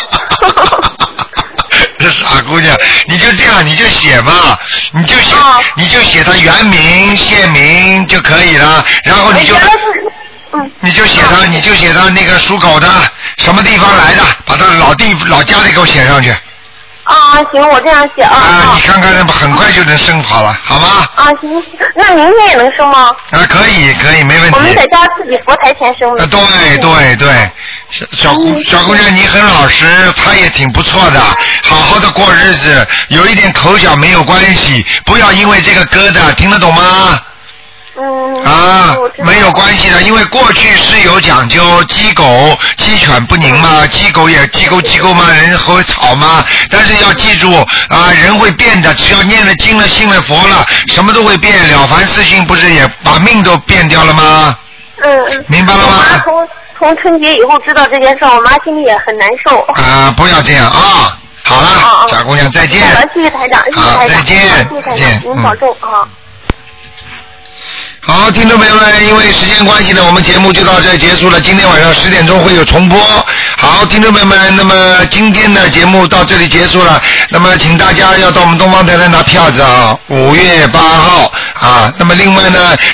[SPEAKER 1] 这傻姑娘，你就这样，你就写吧，你就写，
[SPEAKER 3] 哦
[SPEAKER 1] 你就写他原名、县名就可以了。然后
[SPEAKER 3] 哎
[SPEAKER 1] 你就，你就写
[SPEAKER 3] 哦
[SPEAKER 1] 他，你就写他那个属狗的什么地方来的，把他老地老家里给我写上去
[SPEAKER 3] 啊，行，我这样写啊
[SPEAKER 1] 啊！你看看，很快就能生好了，好吗？
[SPEAKER 3] 啊，行，那明天也能生吗？
[SPEAKER 1] 啊，可以，可以，没问题。
[SPEAKER 3] 我们在家自己佛台前生的。
[SPEAKER 1] 啊，对对对，小小姑小姑娘，你很老实，她也挺不错的，好好的过日子，有一点口角没有关系，不要因为这个疙瘩，听得懂吗？嗯。啊，没有关系的，因为过去是有讲究，鸡狗鸡犬不宁嘛，鸡狗也鸡狗鸡狗嘛，人会吵嘛。但是要记住啊，人会变的，只要念了经了，信了佛了，什么都会变。了凡四训不是也把命都变掉了吗？
[SPEAKER 3] 嗯嗯。
[SPEAKER 1] 明白了
[SPEAKER 3] 我妈从从春节以后知道这件事儿，我妈心里也很难受。
[SPEAKER 1] 啊，不要这样啊！好了，小姑娘，再见。
[SPEAKER 3] 好了，谢谢台长，谢谢
[SPEAKER 1] 好
[SPEAKER 3] 台长，
[SPEAKER 1] 再见
[SPEAKER 3] 谢谢台
[SPEAKER 1] 再见嗯
[SPEAKER 3] 长，您保重啊。
[SPEAKER 1] 好，听众朋友们，因为时间关系呢，我们节目就到这儿结束了。今天晚上十点钟会有重播。好，听众朋友们，那么今天的节目到这里结束了。那么，请大家要到我们东方台来拿票子啊，五月八号啊。那么，另外呢。